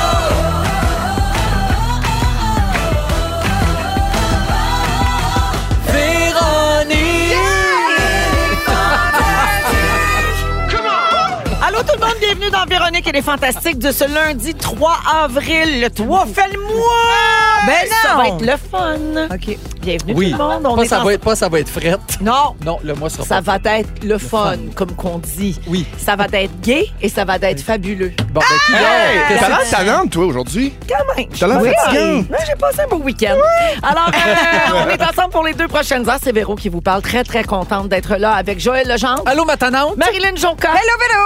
Véro! Allô tout le monde, bienvenue dans Véronique et les Fantastiques de ce lundi 3 avril. Le 3 fait le mois! Ben Ça non! va être le fun. OK. Bienvenue Oui. tout le monde. On Pas est ça, en- va être, pas ça va être frette. Non, Non, le mois sera Ça pas. va être le fun, comme qu'on dit. Oui. Ça va être gay et ça va être fabuleux. Bon, ben, Hey, coudonc, t'es qu'est-ce que- talent, talent, toi, aujourd'hui. Quand même. T'as l'air fatiguant. Ouais, j'ai passé un beau week-end. Alors, euh, on est ensemble pour les deux prochaines heures. C'est Véro qui vous parle. Très, très contente d'être là avec Joël Legendre, Allô, ma tante? Marilyn Jonca.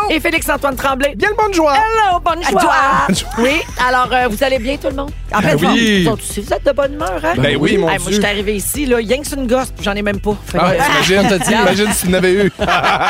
Et Félix-Antoine Tremblay. Bien le bon joie. Hello, bonne joie. toi. Ah, Oui, alors, euh, vous allez bien, tout le monde? En Ben vous, oui. vous autres aussi, vous êtes de bonne humeur, hein? Ben oui, mon Hey, Moi, je Dieu. suis arrivée ici, là, rien que c'est une gosse, puis j'en ai même pas. Fait que, Ah, euh, t'imagines, t'as dit. Imagine s'il n'avait eu. Oh.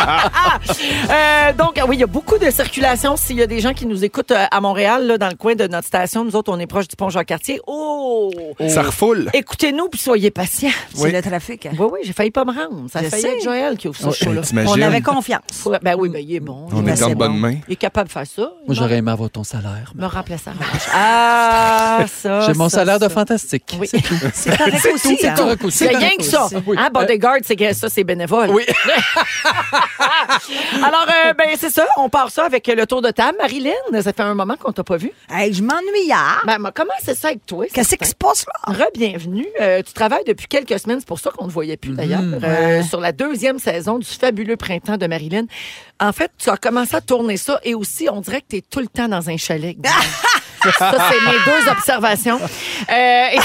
Euh, donc, ah oui, il y a beaucoup de circulation. S'il y a des gens qui nous écoutent euh, à Montréal, là, dans le coin de notre station, nous autres, on est proche du pont Jean-Cartier. Oh! Ça refoule. Écoutez-nous, puis soyez patients. Oui. C'est le trafic. Oui, oui, j'ai failli pas me rendre. Ça a Je failli sais. être Joël qui ouvre ce show-là. On avait T'imagines? confiance. Ouais, Ben oui, ben il est bon. On il est assez en bonne bon. main. Il est capable de faire ça. Il Moi, m'a- j'aurais aimé avoir ton salaire. me remplacer à Roche. Ah, ça. J'ai mon ça, salaire de ça. fantastique. Oui. C'est tout. C'est correct aussi. C'est hein. correct aussi. C'est rien que ça. Oui. Euh, Hein, bodyguard, c'est que ça, c'est bénévole. Oui. Alors, euh, ben c'est ça. On part ça avec le tour de table. Marilyn, ça fait un moment qu'on t'a pas vu. Hey, je m'ennuie hier. Maman, Ben, comment c'est ça avec toi? Qu'est-ce qui se passe là? Re-bienvenue. Euh, tu travailles depuis quelques semaines, c'est pour ça qu'on ne te voyait plus d'ailleurs, Euh, sur la deuxième saison du fabuleux printemps de Marilyn. En fait, tu as commencé à tourner ça et aussi, on dirait que tu es tout le temps dans un chalet. Guillaume. ça, c'est mes deux observations. Euh, et-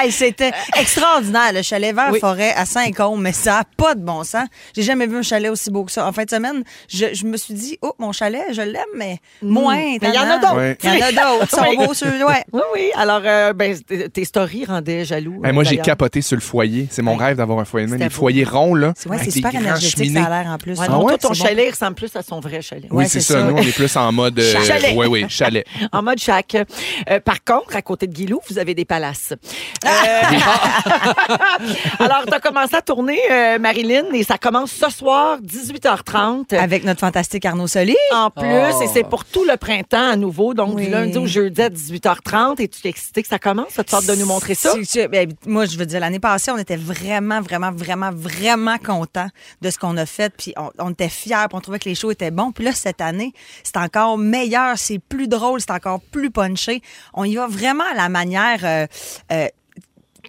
Hey, C'était extraordinaire, le chalet vert Oui. forêt à Saint-Côme, mais ça n'a pas de bon sens. J'ai jamais vu un chalet aussi beau que ça. En fin de semaine, je, je me suis dit, oh, mon chalet, je l'aime, mais moins. Mm. Mais il y en a d'autres. Ouais. Il y en a d'autres. Ils sont Oui. beaux, ceux ouais. oui, oui. Alors, euh, ben, t- tes stories rendaient jaloux. Hey, Ben, moi, j'ai d'ailleurs. capoté sur le foyer. C'est mon rêve d'avoir un foyer de même. Les beau. foyers ronds, là. C'est ouais, avec c'est des super grands énergétique, cheminées. ça a l'air en plus. Ouais, Ah non, toi, ouais, ton c'est bon. chalet ressemble plus à son vrai chalet. Oui, Ouais, c'est c'est ça. ça. Nous, on est plus en mode. euh, Chalet. Ouais, oui, chalet. En mode chac. Euh, par contre, à côté de Guilou, vous avez des palaces. Euh, Alors, tu as commencé à tourner, euh, Marilyn, et ça commence ce soir, 18h30. Avec notre fantastique Arnaud Soli. En plus, Oh. et c'est pour tout le printemps à nouveau, donc Oui. du lundi au jeudi à 18h30. Et tu t'es excitée que ça commence? Tu as hâte de nous montrer ça? Si- si- ben, moi, je veux dire, l'année passée, on était vraiment, vraiment, vraiment, vraiment contents de ce qu'on a fait. Puis on, on était fiers, puis on trouvait que les shows étaient bons. Puis là, cette année, c'est encore meilleur, c'est plus drôle, c'est encore plus punché. On y va vraiment à la manière... euh, euh,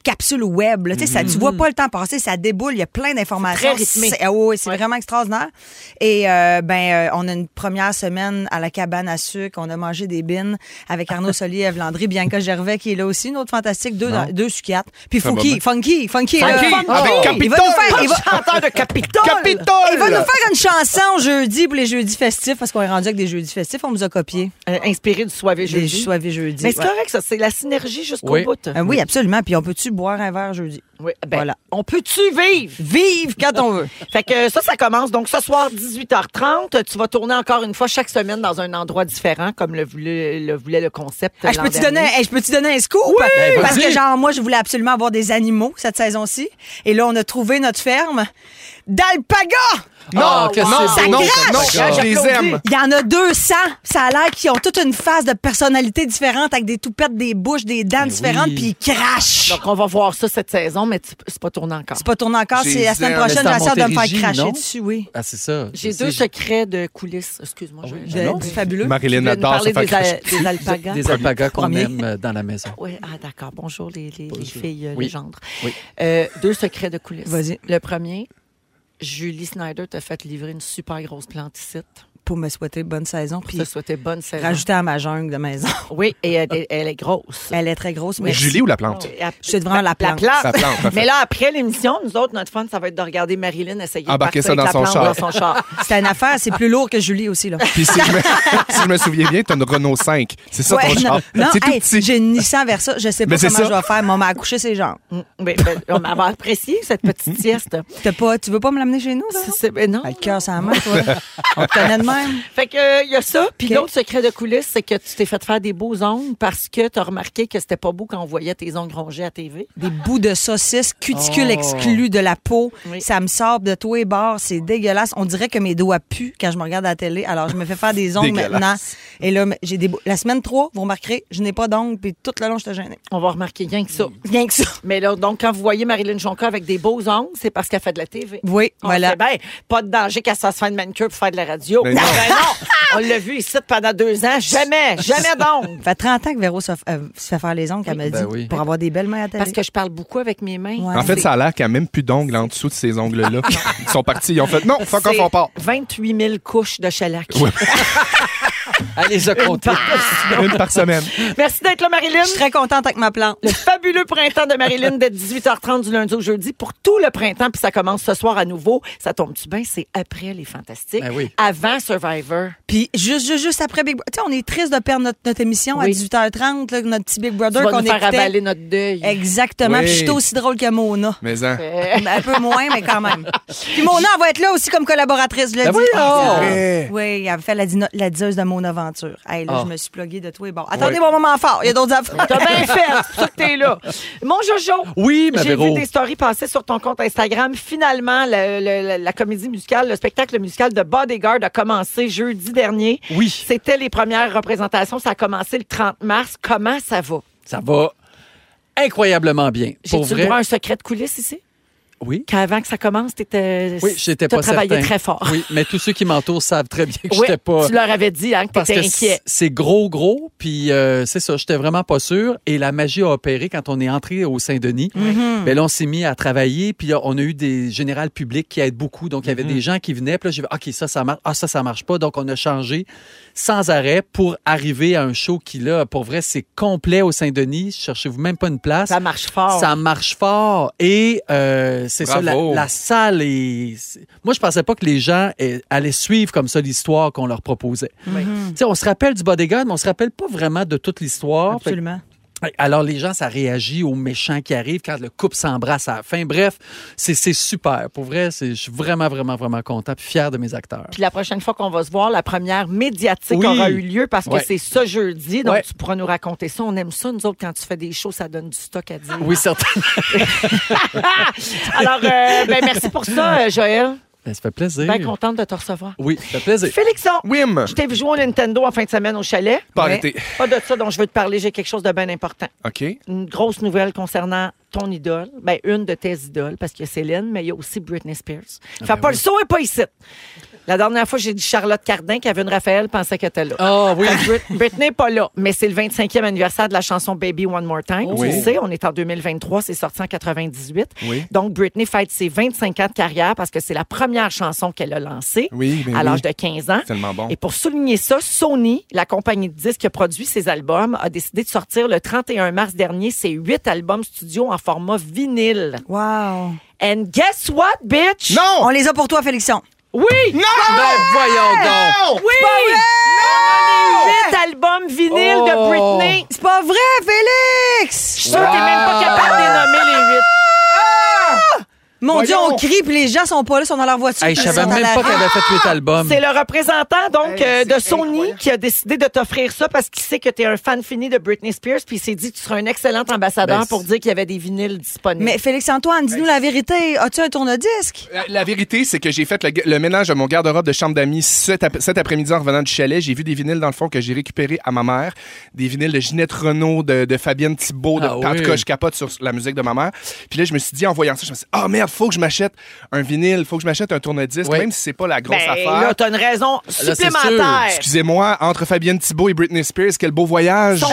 capsule web. Là, Tu sais, ça, tu vois pas le temps passer, ça déboule, il y a plein d'informations. Mhm. C'est très rythmé. C'est- ah oui, oui, c'est Ouais. vraiment extraordinaire. Et euh, ben, euh, on a une première semaine à la cabane à sucre. On a mangé des bines avec Arnaud Solier, Eve Landry, Bianca Gervais qui est là aussi, une autre fantastique, deux, dans- deux psychiatres. Puis Ça va Fouki, bien. Funky, Funky, est là. Funky, Funky. Ah, avec Il va nous faire, Capitole. il va, Chanteur de Capitole! il va nous Capitole! faire une chanson jeudi pour les jeudis festifs parce qu'on est rendu avec des jeudis festifs. On nous a copié Euh, inspiré du soirée les jeudi. soirées jeudi. Mais c'est ouais. correct, ça. C'est la synergie jusqu'au Oui. bout. Euh, oui, absolument. Puis on peut-tu boire un verre jeudi? Oui, ben, Voilà. On peut-tu vivre? Vive quand on veut. Fait que ça, ça commence donc ce soir, 18h30. Tu vas tourner encore une fois chaque semaine dans un endroit différent, comme le voulait le, voulait le concept. Ah, je l'an peux te dernier. donner, un- je peux te donner un scoop? Ben, Parce vas-y. que genre moi je voulais absolument avoir des animaux cette saison-ci et là on a trouvé notre ferme d'alpaga. Non, Oh, ah, qu'est-ce wow. que c'est? Ça beau. non, crache. non, Ça je crache. les aime. Il y en a 200, ça a l'air qu'ils ont toute une phase de personnalité différente avec des toupettes, des bouches, des dents différentes oui. puis ils crachent. Donc, on va voir ça cette saison, mais tu- c'est pas tourné encore. C'est pas tourné encore, J'ai c'est la semaine zéro. prochaine, Mais c'est j'ai à essayé de me hein, Montérégie, faire cracher non? dessus, oui. Ah, c'est ça. J'ai C'est- deux j'ai- secrets de coulisses. Excuse-moi. je- oui, je- ben De- non. du fabuleux. Tu Marilyn voulais nous adore se parler faire des, cracher. al- des alpagas. Des alpagas qu'on Premier. aime euh, dans la maison. Oui, ah d'accord. Bonjour les, les- les Bonjour. filles euh, Oui. légendres. Oui. Euh, deux secrets de coulisses. Vas-y. Le premier, Julie Snyder t'a fait livrer une super grosse plante ici. Pour me souhaiter bonne saison Puis puis te souhaiter bonne hein? saison. rajouter à ma jungle de maison. Oui, et elle, est- elle est grosse. Elle est très grosse mais Julie ou la plante? Je suis vraiment la plante. La plante, parfait. Mais là, après l'émission, nous autres, notre fun, ça va être de regarder Marilyn essayer de partir Embarquer ça dans avec la son plante char. dans son char. c'est une affaire, c'est plus lourd que Julie aussi là. Puis si je, me, si je me souviens bien, t'as une Renault 5. C'est ça Ouais, ton non, char. non, C'est tout hey, petit. J'ai une Nissan vers ça. Je sais pas Mais c'est comment ça. je vais faire. mais on m'a accouché ses jambes. Mm, oui, ben, on va apprécier cette petite sieste. T'as pas, tu veux pas me l'amener chez nous, là? C'est- c'est- ben non. Ah, Le cœur, ça marche, toi. On te connaît de même. Fait que euh, il y a ça. Puis OK. l'autre secret de coulisses, c'est que tu t'es fait faire des beaux ongles parce que t'as remarqué que c'était pas beau quand on voyait tes ongles rongés à TV. Des bouts de saucisse, cuticule Oh. exclus de la peau. Oui. Ça me sort de tous les bords. C'est dégueulasse. On dirait que mes doigts puent quand je me regarde à la télé. Alors, je me fais faire des ongles maintenant. Et là, j'ai des bou- La semaine 3, vous remarquerez, je n'ai pas d'ongles. Puis tout le long, je te gênais. On va remarquer rien que ça. Mm. Rien que ça. Mais là, donc, quand vous voyez Marilyn Jonca avec des beaux ongles, c'est parce qu'elle fait de la TV. Oui, On voilà. sait Ah, bien, pas de danger qu'elle se fasse faire une manucure pour faire de la radio. Ben non. Ben non. On l'a vu ici pendant deux ans. Jamais, jamais d'ongles. Ça fait 30 ans que Véro se, f- euh, se fait faire les ongles, elle me Ben dit, oui. pour avoir des belles mains à la télé. Parce que je parle beaucoup avec mes mains. Ouais. En fait, ça a l'air qu'il n'y a même plus d'ongles en dessous de ces ongles-là. Ils sont partis, ils ont fait non, fuck off, C'est on part. 28 000 couches de shellac. Ouais. Allez-y, comptez. Une par semaine. Merci d'être là, Marilyn. Je suis très contente avec ma plante. Le fabuleux printemps de Marilyn dès 18h30 du lundi au jeudi pour tout le printemps, puis ça commence ce soir à nouveau. Ça tombe-tu bien? C'est après les Fantastiques. Ben oui. Avant Survivor. Puis juste, juste, juste après Big Brother. Tu sais, on est triste de perdre notre, notre émission Oui. à 18h30, là, notre petit Big Tu Brother vas qu'on nous faire écoutait. avaler notre deuil. Exactement. Oui. Puis je suis aussi drôle que Mona. Mais hein. Ben, Un peu moins, mais quand même. Puis Mona, elle va être là aussi comme collaboratrice, je le Ben dis. voyons! Ah, Oui, elle fait la, dino- la diseuse de Mona Venture. Hey, là, Ah. je me suis pluguée de tout et bon. Attendez mon moment fort, il y a d'autres affaires. T'as bien fait, c'est pour ça que t'es là. Mon Jojo. Oui, ma J'ai vu Véro. des stories passer sur ton compte Instagram. Finalement, le- le- la, la comédie musicale, le spectacle musical de Bodyguard a commencé jeudi dernier. Oui. C'était les premières représentations. Ça a commencé le 30 mars. Comment ça va? Ça va incroyablement bien. Pour J'ai-tu le vrai. droit à un secret de coulisses ici? Oui. Qu'avant que ça commence, t'étais... Oui, j'étais pas T'as travaillé certain. très fort. Oui, mais tous ceux qui m'entourent savent très bien que Oui, j'étais pas. Tu leur avais dit hein, que Parce t'étais que inquiet. c'est- c'est gros, gros, puis euh, c'est ça, j'étais vraiment pas sûr. Et la magie a opéré quand on est entré au Saint-Denis. Ben là, on s'est mis à travailler, puis euh, on a eu des générales publics qui aident beaucoup. Donc, il y avait des gens qui venaient, puis là, j'ai vu, OK, ça, ça marche, ah, ça, ça marche pas. Donc, on a changé sans arrêt pour arriver à un show qui, là, pour vrai, c'est complet au Saint-Denis. Cherchez-vous même pas une place. Ça marche fort. Ça marche fort. Et euh, c'est ça, la, Bravo. la salle est... c'est- Moi, je pensais pas que les gens eh, allaient suivre comme ça l'histoire qu'on leur proposait. Tu sais, On se rappelle du bodyguard, mais on se rappelle pas vraiment de toute l'histoire. Fait que- Absolument. alors, les gens, ça réagit aux méchants qui arrivent quand le couple s'embrasse à la fin. Bref, c'est c'est super. Pour vrai, c'est- je suis vraiment, vraiment, vraiment content puis fier de mes acteurs. Puis la prochaine fois qu'on va se voir, la première médiatique Oui. aura eu lieu parce que Ouais. c'est ce jeudi. Donc, Ouais. tu pourras nous raconter ça. On aime ça, nous autres, quand tu fais des shows, ça donne du stock à dire. Oui, certainement. Alors, euh, ben, merci pour ça, euh, Joël. Ben, ça fait plaisir. Bien contente de te recevoir. Oui, ça fait plaisir. Félixon, Wim, je t'ai vu jouer au Nintendo en fin de semaine au chalet. pas Ouais. arrêté. Pas de ça dont je veux te parler, j'ai quelque chose de bien important. OK. Une grosse nouvelle concernant ton idole, ben, une de tes idoles, parce qu'il y a Céline, mais il y a aussi Britney Spears. Ah, Fais ben pas le saut et pas ici. La dernière fois, j'ai dit Charlotte Cardin qui avait une Raphaël, pensait qu'elle était là. Ah oui. Brit- Britney n'est pas là, mais c'est le 25e anniversaire de la chanson Baby One More Time. Oh. Tu Oui. le sais, on est en 2023, c'est sorti en 98. Oui. Donc, Britney fête ses 25 ans de carrière parce que c'est la première chanson qu'elle a lancée Oui, ben à oui. l'âge de 15 ans. Tellement bon. Et pour souligner ça, Sony, la compagnie de disques qui a produit ses albums, a décidé de sortir le 31 mars dernier ses huit albums studio en format vinyle. Wow. And guess what, bitch? Non! On les a pour toi, Félixon. Oui! Non! Ben, voyons donc. Non! Oui! On a les huit albums vinyles Oh! de Britney. C'est pas vrai, Félix! Je suis sûre que t'es même pas capable de les nommer les huit. Mon Dieu, Voyons. on crie, puis les gens sont pas là, sont dans leur voiture. Hey, je puis ils savais sont à même la pas rue. qu'elle avait fait huit albums. C'est le représentant donc Hey, euh, de c'est Sony incroyable. qui a décidé de t'offrir ça parce qu'il sait que tu es un fan fini de Britney Spears puis il s'est dit que tu seras un excellent ambassadeur Ben, pour dire qu'il y avait des vinyles disponibles. Mais Félix-Antoine, dis-nous la vérité. As-tu un tourne-disque? Euh, La- La vérité, c'est que j'ai fait le, le ménage à mon garde-robe de chambre d'amis cet, ap- cet après-midi en revenant du chalet. J'ai vu des vinyles dans le fond que j'ai récupérés à ma mère. Des vinyles de Ginette Renault, de, de Fabienne Thibault. De, Ah En oui. tout cas, je capote sur la musique de ma mère. Puis là, je me suis dit, en voyant ça, je me suis dit, oh merde, faut que je m'achète un vinyle, faut que je m'achète un tourne-disque, Oui. même si c'est pas la grosse Ben, affaire. là, t'as une raison c'est supplémentaire. Excusez-moi, entre Fabienne Thibault et Britney Spears, quel beau voyage!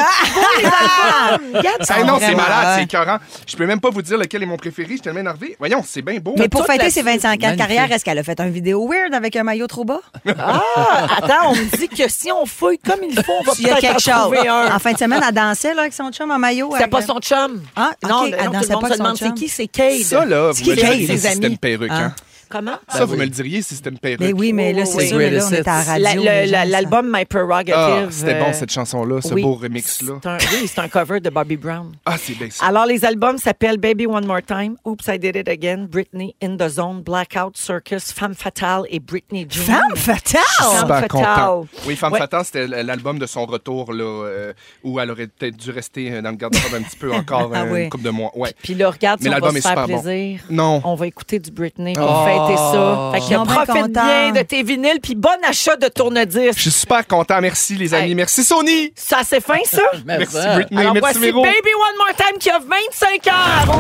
Regarde, Ah non, c'est vraiment, malade, ouais. c'est écœurant. Je peux même pas vous dire lequel est mon préféré, je suis tellement énervé. Voyons, c'est bien beau. Mais pour toute fêter la- ses 25 ans de Magnifique. carrière, est-ce qu'elle a fait un vidéo weird avec un maillot trop bas? Ah, attends, on me dit que si on fouille comme il faut, on va Il y a peut-être en quelque chose. trouver un. En fin de semaine, elle dansait là, avec son chum en maillot. C'était avec- pas son chum. Ah, ok, non, elle non, tout le dansait monde pas se avec son demande c'est chum. qui, c'est Cade. ça, là, C'est vous qui me Cade, direz si ses c'était amis? une perruque, Ah. hein? Comment? Ça, vous me le diriez si c'était une perruque. Mais Ben oui, mais là, Oui, oui, c'est oui. sûr, mais là, on est à la La- radio. le- les gens, la- ça- L'album My Prerogative. Ah, c'était euh, bon cette chanson-là, ce oui. beau remix-là. C'est un- Oui, c'est un cover de Bobby Brown. Ah, c'est bien ça. Alors, les albums s'appellent Baby One More Time, Oops, I Did It Again, Britney, In the Zone, Blackout, Circus, Femme Fatale et Britney Jean. Femme fatale! Femme Super content. Fatale. Oui, Femme Ouais. Fatale, c'était l'album de son retour, là, euh, où elle aurait peut-être dû rester euh, dans le garde-robe un petit peu encore Ah euh, oui. une couple de mois. Ouais. Puis là, regarde, si Mais on va l'album se est faire super bon. plaisir. Non. On va écouter du Britney pour Oh. fêter ça. Fait Je que suis donc bien profite contente. bien de tes vinyles, puis bon achat de Je tourne-disque. suis super content. Merci, les amis. Hey. Merci, Sony. Ça, c'est fin, ça? Mais Merci, ça. Britney. Alors, merci, voici Baby Véro. One More Time qui a 25 ans.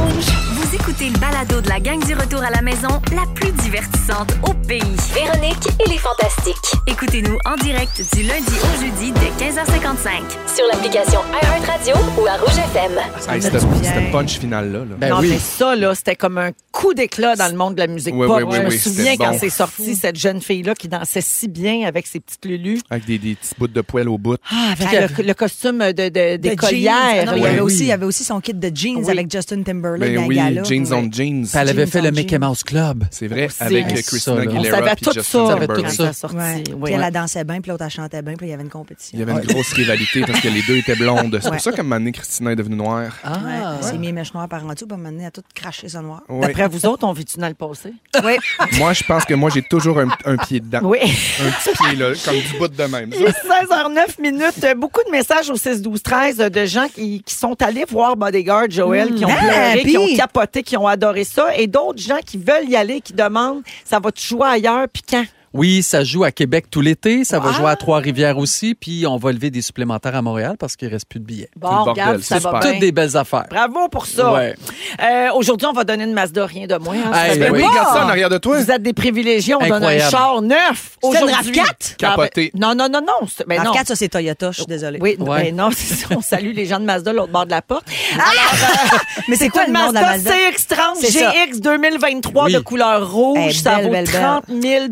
Vous écoutez le balado de la gang du retour à la maison, la plus divertissante au pays. Véronique et les Fantastiques. Écoutez-nous en direct du lundi au jeudi dès 15h55. Sur l'application iHeartRadio ou à Rouge FM. Hey, C'était c'était le punch final-là. là. Ben non, oui. mais ça, là, c'était comme un coup d'éclat dans le monde de la musique Oui, pop. oui, oui, Je me oui, souviens c'était quand bon. c'est sorti, cette jeune fille-là qui dansait si bien avec ses petites lulus. Avec des, des petits bouts de poêle au bout. Ah, avec le, le costume de, de, De des jeans. Ah collières. non, il, y oui. avait aussi, Oui. il y avait aussi son kit de jeans Oui. avec Justin Timberlake Ben dans le oui, gala. jeans on jeans. Elle avait Jeans fait en le jeans. Mickey Mouse Club. C'est vrai, C'est avec vrai, euh, Christina ça, là. on Aguilera savait puis tout ça, Justin savait Timberlake. quand ça. ça Ouais. sortit. Puis Oui, elle ouais. la dansait bien, puis l'autre elle chantait bien, puis il y avait une compétition. Il y avait une grosse rivalité parce que les deux étaient blondes. C'est Ouais. pour ça qu'à un moment donné, Christina est devenue noire. Ouais, Ah. Elle s'est mis les mèches noires par en dessous, puis elle m'a amené à tout cracher son noir. Ouais. D'après vous autres, on vit-tu dans le passé? Oui. Moi, je pense que moi, j'ai toujours un, un pied dedans. Oui. Un petit pied, là, comme du bout de même. Il est 16h09 minutes. Euh, Beaucoup de messages au 6 12 13 euh, de gens qui, qui sont allés voir Bodyguard Hmm. Joël, qui ont Ben Ah, pleuré, qui ont puis- capoté, qui ont adoré ça, et d'autres gens qui veulent y aller, qui demandent ça va te jouer ailleurs puis quand Oui, ça joue à Québec tout l'été. Ça va jouer à Trois-Rivières aussi. Puis on va lever des supplémentaires à Montréal parce qu'il ne reste plus de billets. Bon, le bordel, regarde, ça c'est va super. bien. Toutes des belles affaires. Bravo pour ça. Ouais. Euh, Aujourd'hui, on va donner une Mazda, rien de moins. hein, Hey, ça Ben fait oui, pas. regarde ça en arrière de toi. Vous êtes des privilégiés, on donne un Incroyable. char neuf. C'est une aujourd'hui. Ah, ben, RAV4? Capoté. Non, non, non, non. c'est- ben La non. regarde, ça, c'est Toyota, je suis désolée. Oui, Ouais. ben non, c'est ça. On salue les gens de Mazda, l'autre bord de la porte. Mais c'est quoi le nom de la Mazda? CX-30 C'est ça. GX 2023 Oui. de couleur rouge. Eh, ça belle, vaut belle, belle. 30 000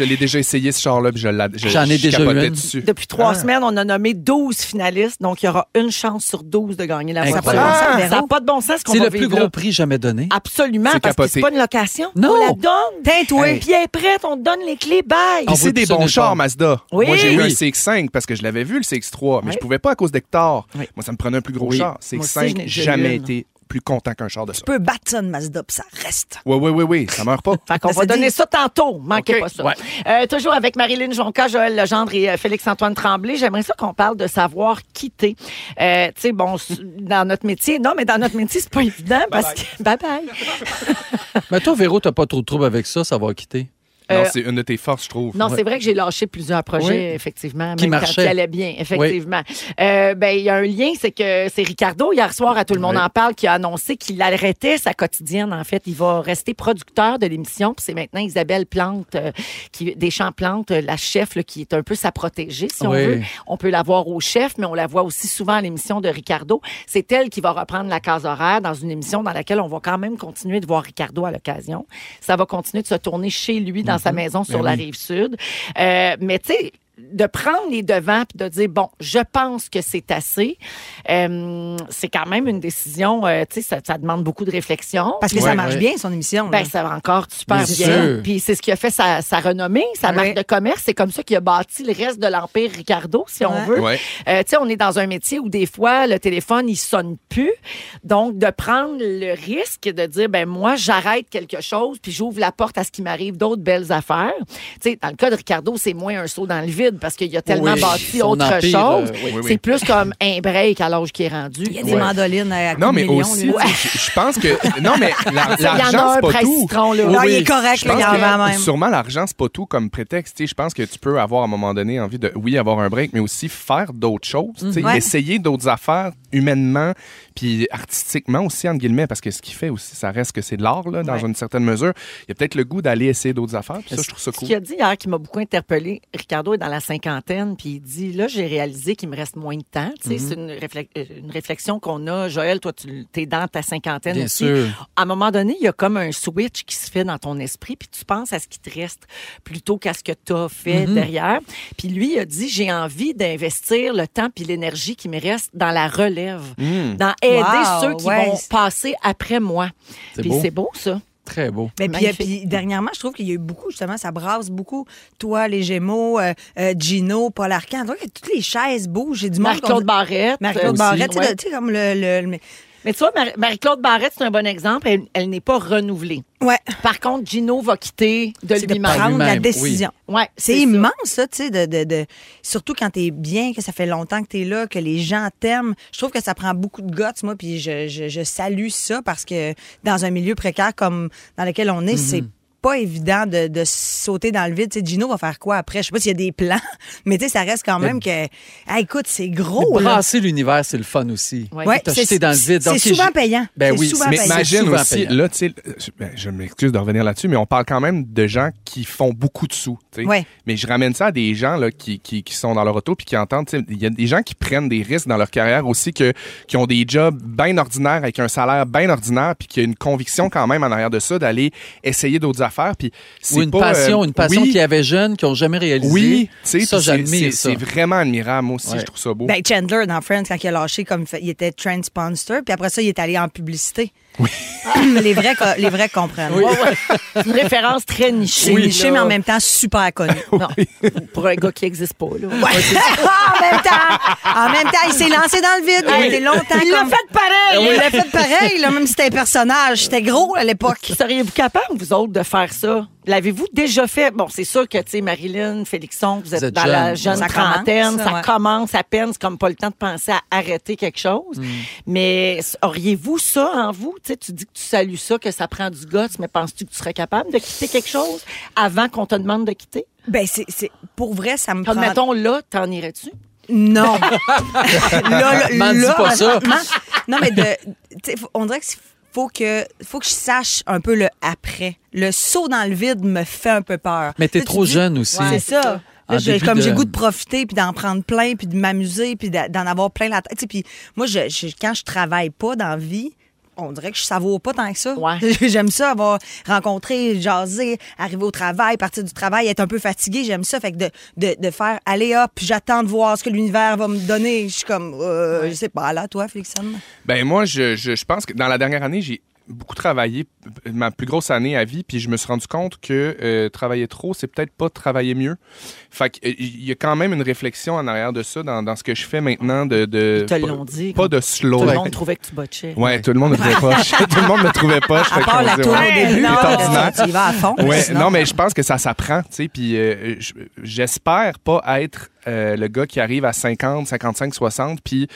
Je l'ai déjà essayé, ce char-là, puis je l'ad- je- J'en ai je déjà capotais une. dessus. Depuis Ah. trois semaines, on a nommé 12 finalistes. Donc, il y aura une chance sur 12 de gagner la voiture. Incroyable. Ça Ah! n'a pas de bon sens. ce qu'on C'est va le plus vivre gros là. Ah. prix jamais donné. Absolument, C'est parce que capoté. c'est pas une location. Non. On la donne. Teint-toi. Puis elle est prête, on te donne les clés, bye. On Puis c'est veut des tout ça bons nulle chars, part. Mazda. Oui. Moi, j'ai eu un Oui. CX-5 parce que je l'avais vu, le CX-3, mais Oui. je pouvais pas à cause d'Hector. Oui. Moi, ça me prenait un plus gros Oui. Moi char. aussi, je CX-5, n'ai déjà eu jamais une. été plus content qu'un char de ça. Tu peux battre ça, une Mazda, puis ça reste. Oui, oui, oui, oui, ça meurt pas. Fait qu'on Mais va c'est donner dit. ça tantôt. Manquez OK. pas ça. Ouais. Euh, toujours avec Marilyn Jonca, Joël Legendre et euh, Félix-Antoine Tremblay. J'aimerais ça qu'on parle de savoir quitter. Euh, tu sais, bon, s- dans notre métier, non, mais dans notre métier, c'est pas évident parce que. Bye bye. Mais toi, Véro, t'as pas trop de trouble avec ça, ça va quitter. Non, Euh, c'est une de tes forces, je trouve. Non, c'est vrai que j'ai lâché plusieurs projets, effectivement. Qui même quand marchaient. il allait bien, effectivement. Euh, ben, il y a un lien, c'est que c'est Ricardo, hier soir, à Tout le monde Oui. en parle, qui a annoncé qu'il arrêtait sa quotidienne, en fait. Il va rester producteur de l'émission. Puis c'est maintenant Isabelle Plante, euh, qui, des champs Plante, euh, la chef, là, qui est un peu sa protégée, si on Oui. veut. On peut la voir au chef, mais on la voit aussi souvent à l'émission de Ricardo. C'est elle qui va reprendre la case horaire dans une émission dans laquelle on va quand même continuer de voir Ricardo à l'occasion. Ça va continuer de se tourner chez lui, dans sa maison sur la rive sud. Euh, mais tu sais, de prendre les devants puis de dire bon, je pense que c'est assez. euh, c'est quand même une décision. euh, tu sais, ça, ça demande beaucoup de réflexion. Parce que Ouais, ça marche ouais. bien, son émission. Ben, là. ça va encore super Bien bien. sûr. Puis c'est ce qui a fait sa, sa renommée, sa marque de commerce. C'est comme ça qu'il a bâti le reste de l'Empire Ricardo, si Ouais. on veut. Ouais. Euh, tu sais, on est dans un métier où des fois, le téléphone, il sonne plus. Donc, de prendre le risque de dire, ben moi, j'arrête quelque chose, puis j'ouvre la porte à ce qui m'arrive d'autres belles affaires. Tu sais, dans le cas de Ricardo, c'est moins un saut dans le vide parce qu'il a tellement Oui, bâti son autre empire, chose. euh, oui, oui, oui. C'est plus comme un break à l'âge qui est rendu. Il y a des Ouais. mandolines à à Non, coups de mais millions, aussi, là. tu sais, je je pense que. Non, mais la- Il y en l'argent, a un c'est pas presse tout. citron, là. Non, Oui, il est correct, Je là, pense il y en que va même. Sûrement, l'argent, c'est pas tout comme prétexte. Tu sais, Je pense que tu peux avoir à un moment donné envie de, oui, avoir un break, mais aussi faire d'autres choses. tu sais, Ouais. Essayer d'autres affaires humainement, puis artistiquement aussi, entre guillemets, parce que ce qu'il fait aussi, ça reste que c'est de l'art, là, dans une certaine mesure. Il y a peut-être le goût d'aller essayer d'autres affaires. puis ça, je trouve ça Ce cool. qu'il a dit hier qui m'a beaucoup interpellé, Ricardo est dans la cinquantaine, puis il dit là, j'ai réalisé qu'il me reste moins de temps. Tu sais, Mm-hmm. C'est une, réflex- euh, une réflexion qu'on a. Joël, toi, tu es dans ta cinquantaine Bien aussi. sûr. À un moment donné, il y a comme un switch qui se fait dans ton esprit, puis tu penses à ce qui te reste plutôt qu'à ce que tu as fait Mm-hmm. derrière. Puis lui, il a dit j'ai envie d'investir le temps puis l'énergie qui me reste dans la Mm. relève, dans aider Wow, ceux qui ouais. vont passer après moi. C'est Puis beau. c'est beau, ça. très beau. Ben, puis, euh, puis dernièrement, je trouve qu'il y a eu beaucoup, justement, ça brasse beaucoup. Toi, les Gémeaux, euh, euh, Gino, Paul Arcand, donc, toutes les chaises bougent. J'ai du monde. Marc-Claude Barrette. euh, Marc-Claude aussi, Barrette, tu sais, ouais. le- tu sais, comme le. le- le- Mais tu vois, Mar- Marie-Claude Barrette, c'est un bon exemple. Elle, elle n'est pas renouvelée. Ouais. Par contre, Gino va quitter de C'est de lui-même. prendre la lui-même, décision. Ouais, C'est ça. immense, ça, tu sais, de, de- de- surtout quand t'es bien, que ça fait longtemps que t'es là, que les gens t'aiment. Je trouve que ça prend beaucoup de guts, moi, puis je, je- je salue ça parce que dans un milieu précaire comme dans lequel on est, c'est Mhm. pas évident de, de sauter dans le vide. Tu sais, Gino va faire quoi après? Je sais pas s'il y a des plans, mais tu sais, ça reste quand même que... Ah, écoute, c'est gros, Mais là. Euh, brasser l'univers, c'est le fun aussi. Oh Ouais. Ouais, T'as c'est- jeté dans le vide. C'est Ok, souvent j'ai- payant. Ben C'est oui, souvent mais Mais payant. ma- imagine souvent aussi, payant. là, tu sais, je, ben, je m'excuse de revenir là-dessus, mais on parle quand même de gens qui font beaucoup de sous. tu sais. Ouais. Mais je ramène ça à des gens là, qui, qui, qui sont dans leur auto puis qui entendent. tu sais, Il y a des gens qui prennent des risques dans leur carrière aussi, que, qui ont des jobs bien ordinaires, avec un salaire bien ordinaire, puis qui a une conviction quand même en arrière de ça d'aller essayer d'autres affaires. Puis c'est Ou une pas, euh, passion, une passion oui, qu'il y avait jeune, qu'ils n'ont jamais réalisé. Oui, ça, tu sais, puis c'est- c'est j'admire ça. c'est vraiment admirable. Moi aussi, Ouais. je trouve ça beau. Ben Chandler dans Friends quand il a lâché comme il fait- il était trend sponsor puis après ça il est allé en publicité. Oui. les vrais co- les vrais comprennent. Ouais, ouais. une référence très nichée. C'est niché là. mais en même temps super connu. Non, pour un gars qui n'existe pas. Là. en même temps, en même temps, il s'est lancé dans le vide. Il a été longtemps Il l'a comme- fait pareil! Il l'a fait pareil, là, même si c'était un personnage. C'était gros à l'époque. Seriez-vous capable, vous autres, de faire ça? L'avez-vous déjà fait? Bon, c'est sûr que, tu sais, Marilyn, Félixon, vous êtes, Vous êtes dans la jeune jeune. Ça commence, trentaine, ça, ouais. commence à peine, c'est comme pas le temps de penser à arrêter quelque chose. Mm. Mais s- auriez-vous ça en vous? Tu sais, tu dis que tu salues ça, que ça prend du gosse, mais penses-tu que tu serais capable de quitter quelque chose avant qu'on te demande de quitter? Ben c'est c'est- pour vrai ça me Comme, prend. mettons, là, t'en irais-tu? Non. là, là, M'en Ben, dis là, pas ça. honnêtement, Non, mais de, tu sais, faut- on dirait que c'est- faut que, faut que je sache un peu le après. Le saut dans le vide me fait un peu peur. Mais t'es Là, tu trop dis- jeune aussi. Ouais, c'est ça. En Là, j'ai- début comme j'ai de- goût de profiter, puis d'en prendre plein, puis de m'amuser, puis d'a- d'en avoir plein la tête. Tu sais, Puis moi, je, je- quand je travaille pas dans la vie, on dirait que je savoure pas tant que ça. Ouais. J'aime ça avoir rencontré, jaser, arriver au travail, partir du travail, être un peu fatigué. J'aime ça. Fait que de, de, de faire aller hop, j'attends de voir ce que l'univers va me donner. Je suis comme, euh, je sais pas, là, toi, Félixon. Ben moi, je, je, je pense que dans la dernière année, j'ai beaucoup travaillé, p- ma plus grosse année à vie, puis je me suis rendu compte que euh, travailler trop, c'est peut-être pas travailler mieux. Fait que, euh, il y a quand même une réflexion en arrière de ça, dans, dans ce que je fais maintenant de... de Ils te pas- l'ont dit. Pas de slow. Tout le Ouais. monde trouvait que tu botchais. Ouais, tout le monde me trouvait poche. tout le monde me trouvait poche. À Fait part qu'on la disait, tour au ouais, début, il est ordinaire. tu y vas à fond. Ouais, sinon- non, mais je pense que ça s'apprend, tu sais, puis euh, j- j'espère pas être euh, le gars qui arrive à 50, 55, 60, puis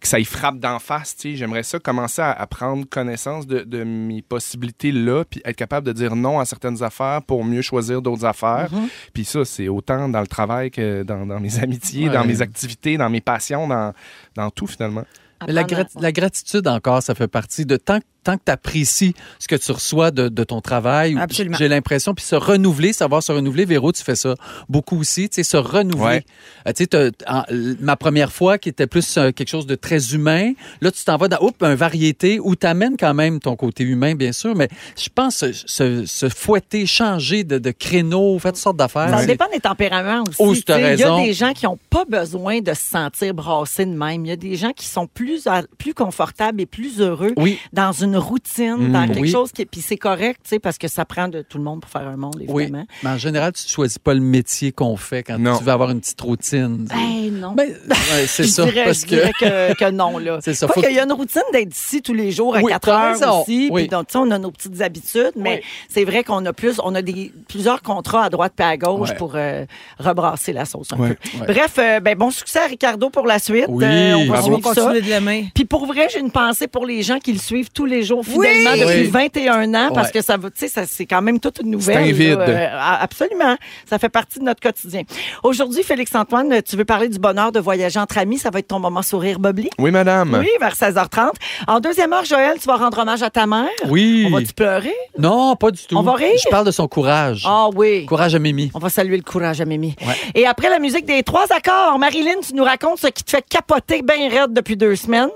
que ça y frappe d'en face, tu sais. J'aimerais ça commencer à, à prendre connaissance de, de mes possibilités-là, puis être capable de dire non à certaines affaires pour mieux choisir d'autres affaires. Puis ça, c'est autant dans le travail que dans, dans mes amitiés, dans Ouais. mes activités, dans mes passions, dans, dans tout, finalement. Mais la, grat- la gratitude encore, ça fait partie de tant, tant que tu apprécies ce que tu reçois de, de ton travail. ou- Absolument. J'ai l'impression. Puis se renouveler, savoir se renouveler. Véro, tu fais ça beaucoup aussi. Tu sais, se renouveler. Ouais. Euh, tu sais, t'as- en- l- ma première fois qui était plus euh, quelque chose de très humain, là, tu t'en vas dans oups, un variété où tu amènes quand même ton côté humain, bien sûr. Mais je pense se, se- se fouetter, changer de, de créneau, faire toutes sortes d'affaires. Ça c'est- dépend des tempéraments aussi. Oh, c'est tu sais. Il y a raison. des gens qui n'ont pas besoin de se sentir brassés de même. Il y a des gens qui sont plus, à- plus confortables et plus heureux Oui. Mm, dans une routine, dans quelque oui. chose qui. Puis c'est correct, tu sais, parce que ça prend de tout le monde pour faire un monde, Oui, évidemment. mais en général, tu ne choisis pas le métier qu'on fait quand Non. tu veux avoir une petite routine. Ben non. Ben, ouais, c'est Je ça. dirais, parce je que... dirais que, que non, là. C'est ça, Pas faut qu'il que- y a une routine d'être ici tous les jours à Oui, 4 t'as heures raison. aussi. Oui. Puis donc, tu sais, on a nos petites habitudes, mais c'est vrai qu'on a plus, on a des, plusieurs contrats à droite et à gauche Ouais. pour euh, rebrasser la sauce un Ouais. peu. Ouais. Bref, euh, ben, bon succès à Ricardo pour la suite. Euh, Oui, bravo. on va on va suivre ça. continuer de l'aimer. Puis pour vrai, j'ai une pensée pour les gens qui le suivent tous les jours fidèlement depuis Oui. 21 ans parce Ouais. que ça va, tu sais, ça, c'est quand même toute une nouvelle. un là, vide. euh, a- absolument. Ça fait partie de notre quotidien. Aujourd'hui, Félix-Antoine, tu veux parler du bonheur de voyager entre amis. Ça va être ton moment sourire bubbly. Oui, Hum. madame. Oui, vers 16h30. En deuxième heure, Joël, tu vas rendre hommage à ta mère. Oui. On va-tu pleurer? Non, pas du tout. On va rire? Je parle de son courage. Ah oui. Courage à Mimi. On va saluer le courage à Mimi. Et après la musique des trois accords, Marilyn, tu nous racontes ce qui te fait capoter bien raide depuis deux semaines.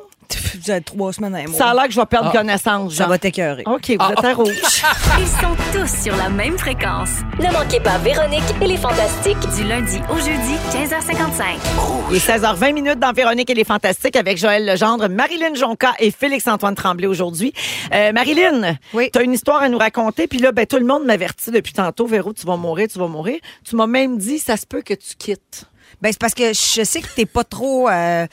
Vous avez trois semaines à un mois. Ça a l'air que je vais perdre Ah. connaissance, Ça Jean. va t'écœurer. OK, vous êtes à rouge. Ils sont tous sur la même fréquence. Ne manquez pas Véronique et les Fantastiques. Du lundi au jeudi, 15h55. Il est 16h20 minutes dans Véronique et les Fantastiques avec Joël Legendre, Marilyn Jonca et Félix-Antoine Tremblay aujourd'hui. Euh, Marilyn, Oui. tu as une histoire à nous raconter. Puis là, ben, tout le monde m'avertit depuis tantôt. Véro, tu vas mourir, tu vas mourir. Tu m'as même dit, ça se peut que tu quittes. Ben, c'est parce que je sais que t'es pas trop euh,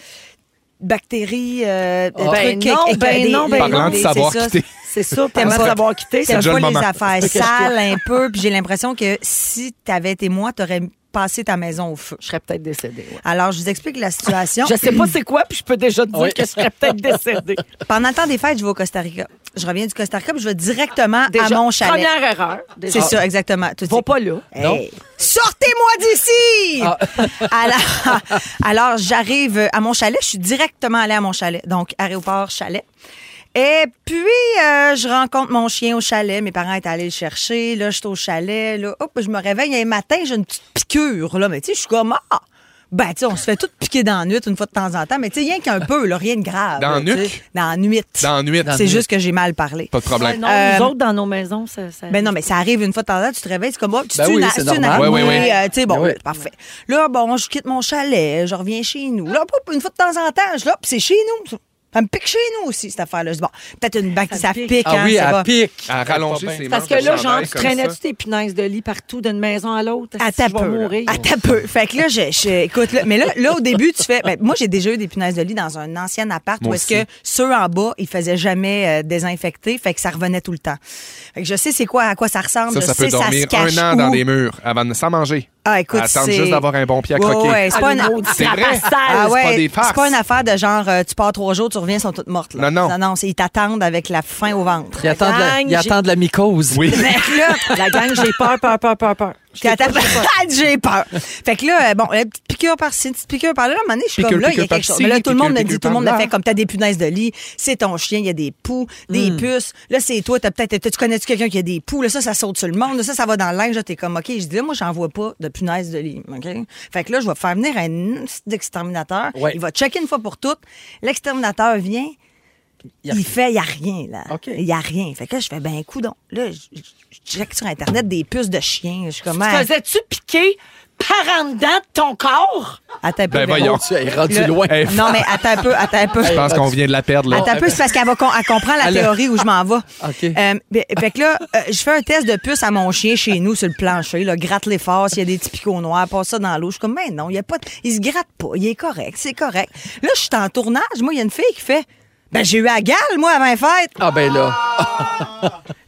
bactéries, euh, Ben trucs, non, avec- ben avec des- non, ben Parlant de des- savoir c'est ça. quitter. C'est ça, T'aimes t'aimes pas- savoir quitter. T'aimes C'est pas le les moment. affaires C'est ce que je crois. sales un peu, puis j'ai l'impression que si t'avais été moi, t'aurais passé ta maison au feu. Je serais peut-être décédée. ouais. Alors, je vous explique la situation. Je sais pas c'est quoi, puis je peux déjà te dire Oui. que je serais peut-être décédée. Pendant le temps des fêtes, je vais au Costa Rica. Je reviens du Costa Rica, puis je vais directement à Déjà, mon chalet. Première erreur. déjà. C'est ça, exactement. Tout de Va suite. pas là. Hey, Non. Sortez-moi d'ici! Alors, alors, j'arrive à mon chalet. Je suis directement allée à mon chalet. Donc, aéroport, chalet. Et puis, euh, je rencontre mon chien au chalet. Mes parents étaient allés le chercher. Là, je suis au chalet. Là, hop, je me réveille. un matin, j'ai une petite piqûre. Là, mais tu sais, je suis comme... Ah! Ben, tu sais, on se fait tout piquer dans la nuit une fois de temps en temps. Mais tu sais, rien qu'un peu, là, rien de grave. Dans là, la tu sais. nuque? Dans la nuit. Dans la nuit. C'est juste que j'ai mal parlé. Pas de Ah, problème. Non, Euh, nous autres, dans nos maisons, ça... ça- Ben non, mais ça arrive une fois de temps en temps, tu te réveilles, c'est comme, oh, tu Ben tues oui, une, c'est tu tues une normal. Ouais, araignée, ouais, ouais. euh, tu sais, bon, Ben oui. parfait. Là, bon, je quitte mon chalet, je reviens chez nous. Là, pop, une fois de temps en temps, je suis là, puis c'est chez nous. Ça me pique chez nous aussi, cette affaire-là. Je dis, Bon, peut-être une bague, ça, pique, Ah hein, oui, ça à va. pic. À rallonger Pas bien. ses Parce manches que de là, genre, chandail tu comme traînais-tu ça. tes punaises de lit partout d'une maison à l'autre? À Est-ce que ta Ah, je vais peu. là. mourir? À ta peu. Fait que là, je, je- écoute, là, mais là, là, au début, tu fais. ben, moi, j'ai déjà eu des punaises de lit dans un ancien appart Moi où est-ce aussi. que ceux en bas, ils faisaient jamais euh, désinfecter. Fait que ça revenait tout le temps. Fait que je sais c'est quoi, à quoi ça ressemble. Ça, je ça sais peut dormir Ah, ça se cache un an dans où. des murs avant de sans manger. Ah, écoute, Attendre c'est- juste d'avoir un bon pied à Ouais, croquer. ouais, c'est pas Ah, une- le maudit C'est vrai. lapin sale. Ah c'est pas ouais, des farces. c'est pas une affaire de genre euh, tu pars trois jours, tu reviens, elles sont toutes mortes. Là. Non, non. Non, c'est- ils t'attendent avec la faim au ventre. Ils attendent la, Gang, ils j'ai- attendent la mycose. Oui. Fait que là, La gang, j'ai peur, peur, peur, peur, peur. Puis à ta patate, j'ai peur. Fait que là, euh, bon, la petite piqûre par-ci, une petite piqûre par-là. Là, à un moment donné, je suis Piqûre, comme là, il y a piqûre quelque par-ci, chose. Mais là, tout le monde me piqûre, dit, piqûre tout le monde me par-là. fait comme t'as des punaises de lit, c'est ton chien, il y a des poux, des puces. Là, c'est toi, t'as peut-être, tu connais-tu quelqu'un qui a des poux? Là, ça, ça saute sur le monde. Là, ça, ça va dans le linge. Là, t'es comme, OK, je dis, là, moi, j'en vois pas de punaises de lit. OK? Fait que là, je vais faire venir un exterminateur. Ouais. Il va checker une fois pour toutes. L'exterminateur vient. Il y a Il fait, il n'y a rien, là. OK. Il n'y a rien. Fait que là, je fais, ben, coudon. Là, je je check sur Internet des puces de chiens. Je suis comme, ah, Faisais-tu piquer par en dedans de ton corps? ah, Attends un peu. Ben, Véro. voyons. Tu es rendu Là- loin. Hey, Non, mais attends un peu, attends un peu. Je pense qu'on vient de la perdre, là. Attends un peu, c'est parce qu'elle va com- elle comprend la Elle a- théorie où je m'en vais. OK. Euh, ben, fait que là, euh, je fais un test de puce à mon chien chez nous sur le plancher. Là, gratte les fort, s'il y a des petits picots noirs, passe ça dans l'eau. Je suis comme, mais non, il y a pas de- il se gratte pas, il est correct, c'est correct. Là, je suis en tournage. Moi, il y a une fille qui fait, ben j'ai eu à gale, moi, avant les fêtes. Ah ben là.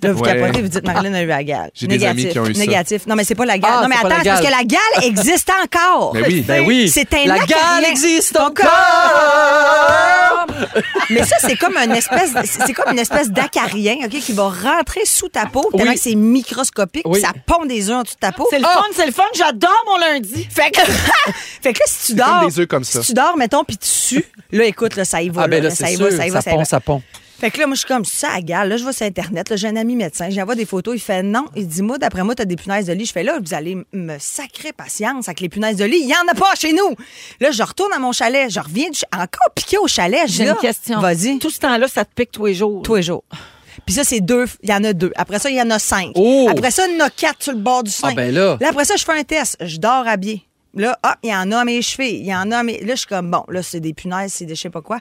Là, vous Ouais. capotez, vous dites Marilyn a eu la gale. J'ai des amis qui ont eu ça. Négatif. Non, mais c'est pas la gale. Ah, non, mais c'est pas attends, la c'est parce que gale. la gale existe encore. Ben oui. Ben oui. C'est un La acte à gale rien. existe Ton encore. Mais ça, c'est comme une espèce, c'est comme une espèce d'acarien, ok, qui va rentrer sous ta peau tellement Oui. que c'est microscopique, puis Oui. ça pond des œufs en dessous de ta peau. C'est le fun, c'est le fun. J'adore mon lundi. Fait que, fait que là, si tu C'est comme dors, des œufs comme ça. si tu dors, mettons, puis tu sues, là, écoute, là, ça y va, Ah ben là, là, ça c'est y sûr. va, ça y va, Ça ça y va. pond, ça pond. Fait que là, moi, je suis comme ça à gale. Là, je vais sur Internet. Là, j'ai un ami médecin. J'envoie des photos. Il fait non. Il dit, moi, d'après moi, t'as des punaises de lit. Je fais là, vous allez m- me sacrer patience avec les punaises de lit. Il y en a pas chez nous. Là, je retourne à mon chalet. Je reviens du ch- encore piqué au chalet. Je dis, J'ai là, une question. Vas-y. Tout ce temps-là, ça te pique tous les jours. Tous les jours. Puis ça, c'est deux. Il y en a deux. Après ça, il y en a cinq. Oh! Après ça, il y en a quatre sur le bord du sein. Ah, ben là. après ça, je fais un test. Je dors habillée. Là, ah, il y en a à mes chevilles. Il y en a à mes. Là, je suis comme, bon, là, c'est des punaises, c'est des je sais pas quoi.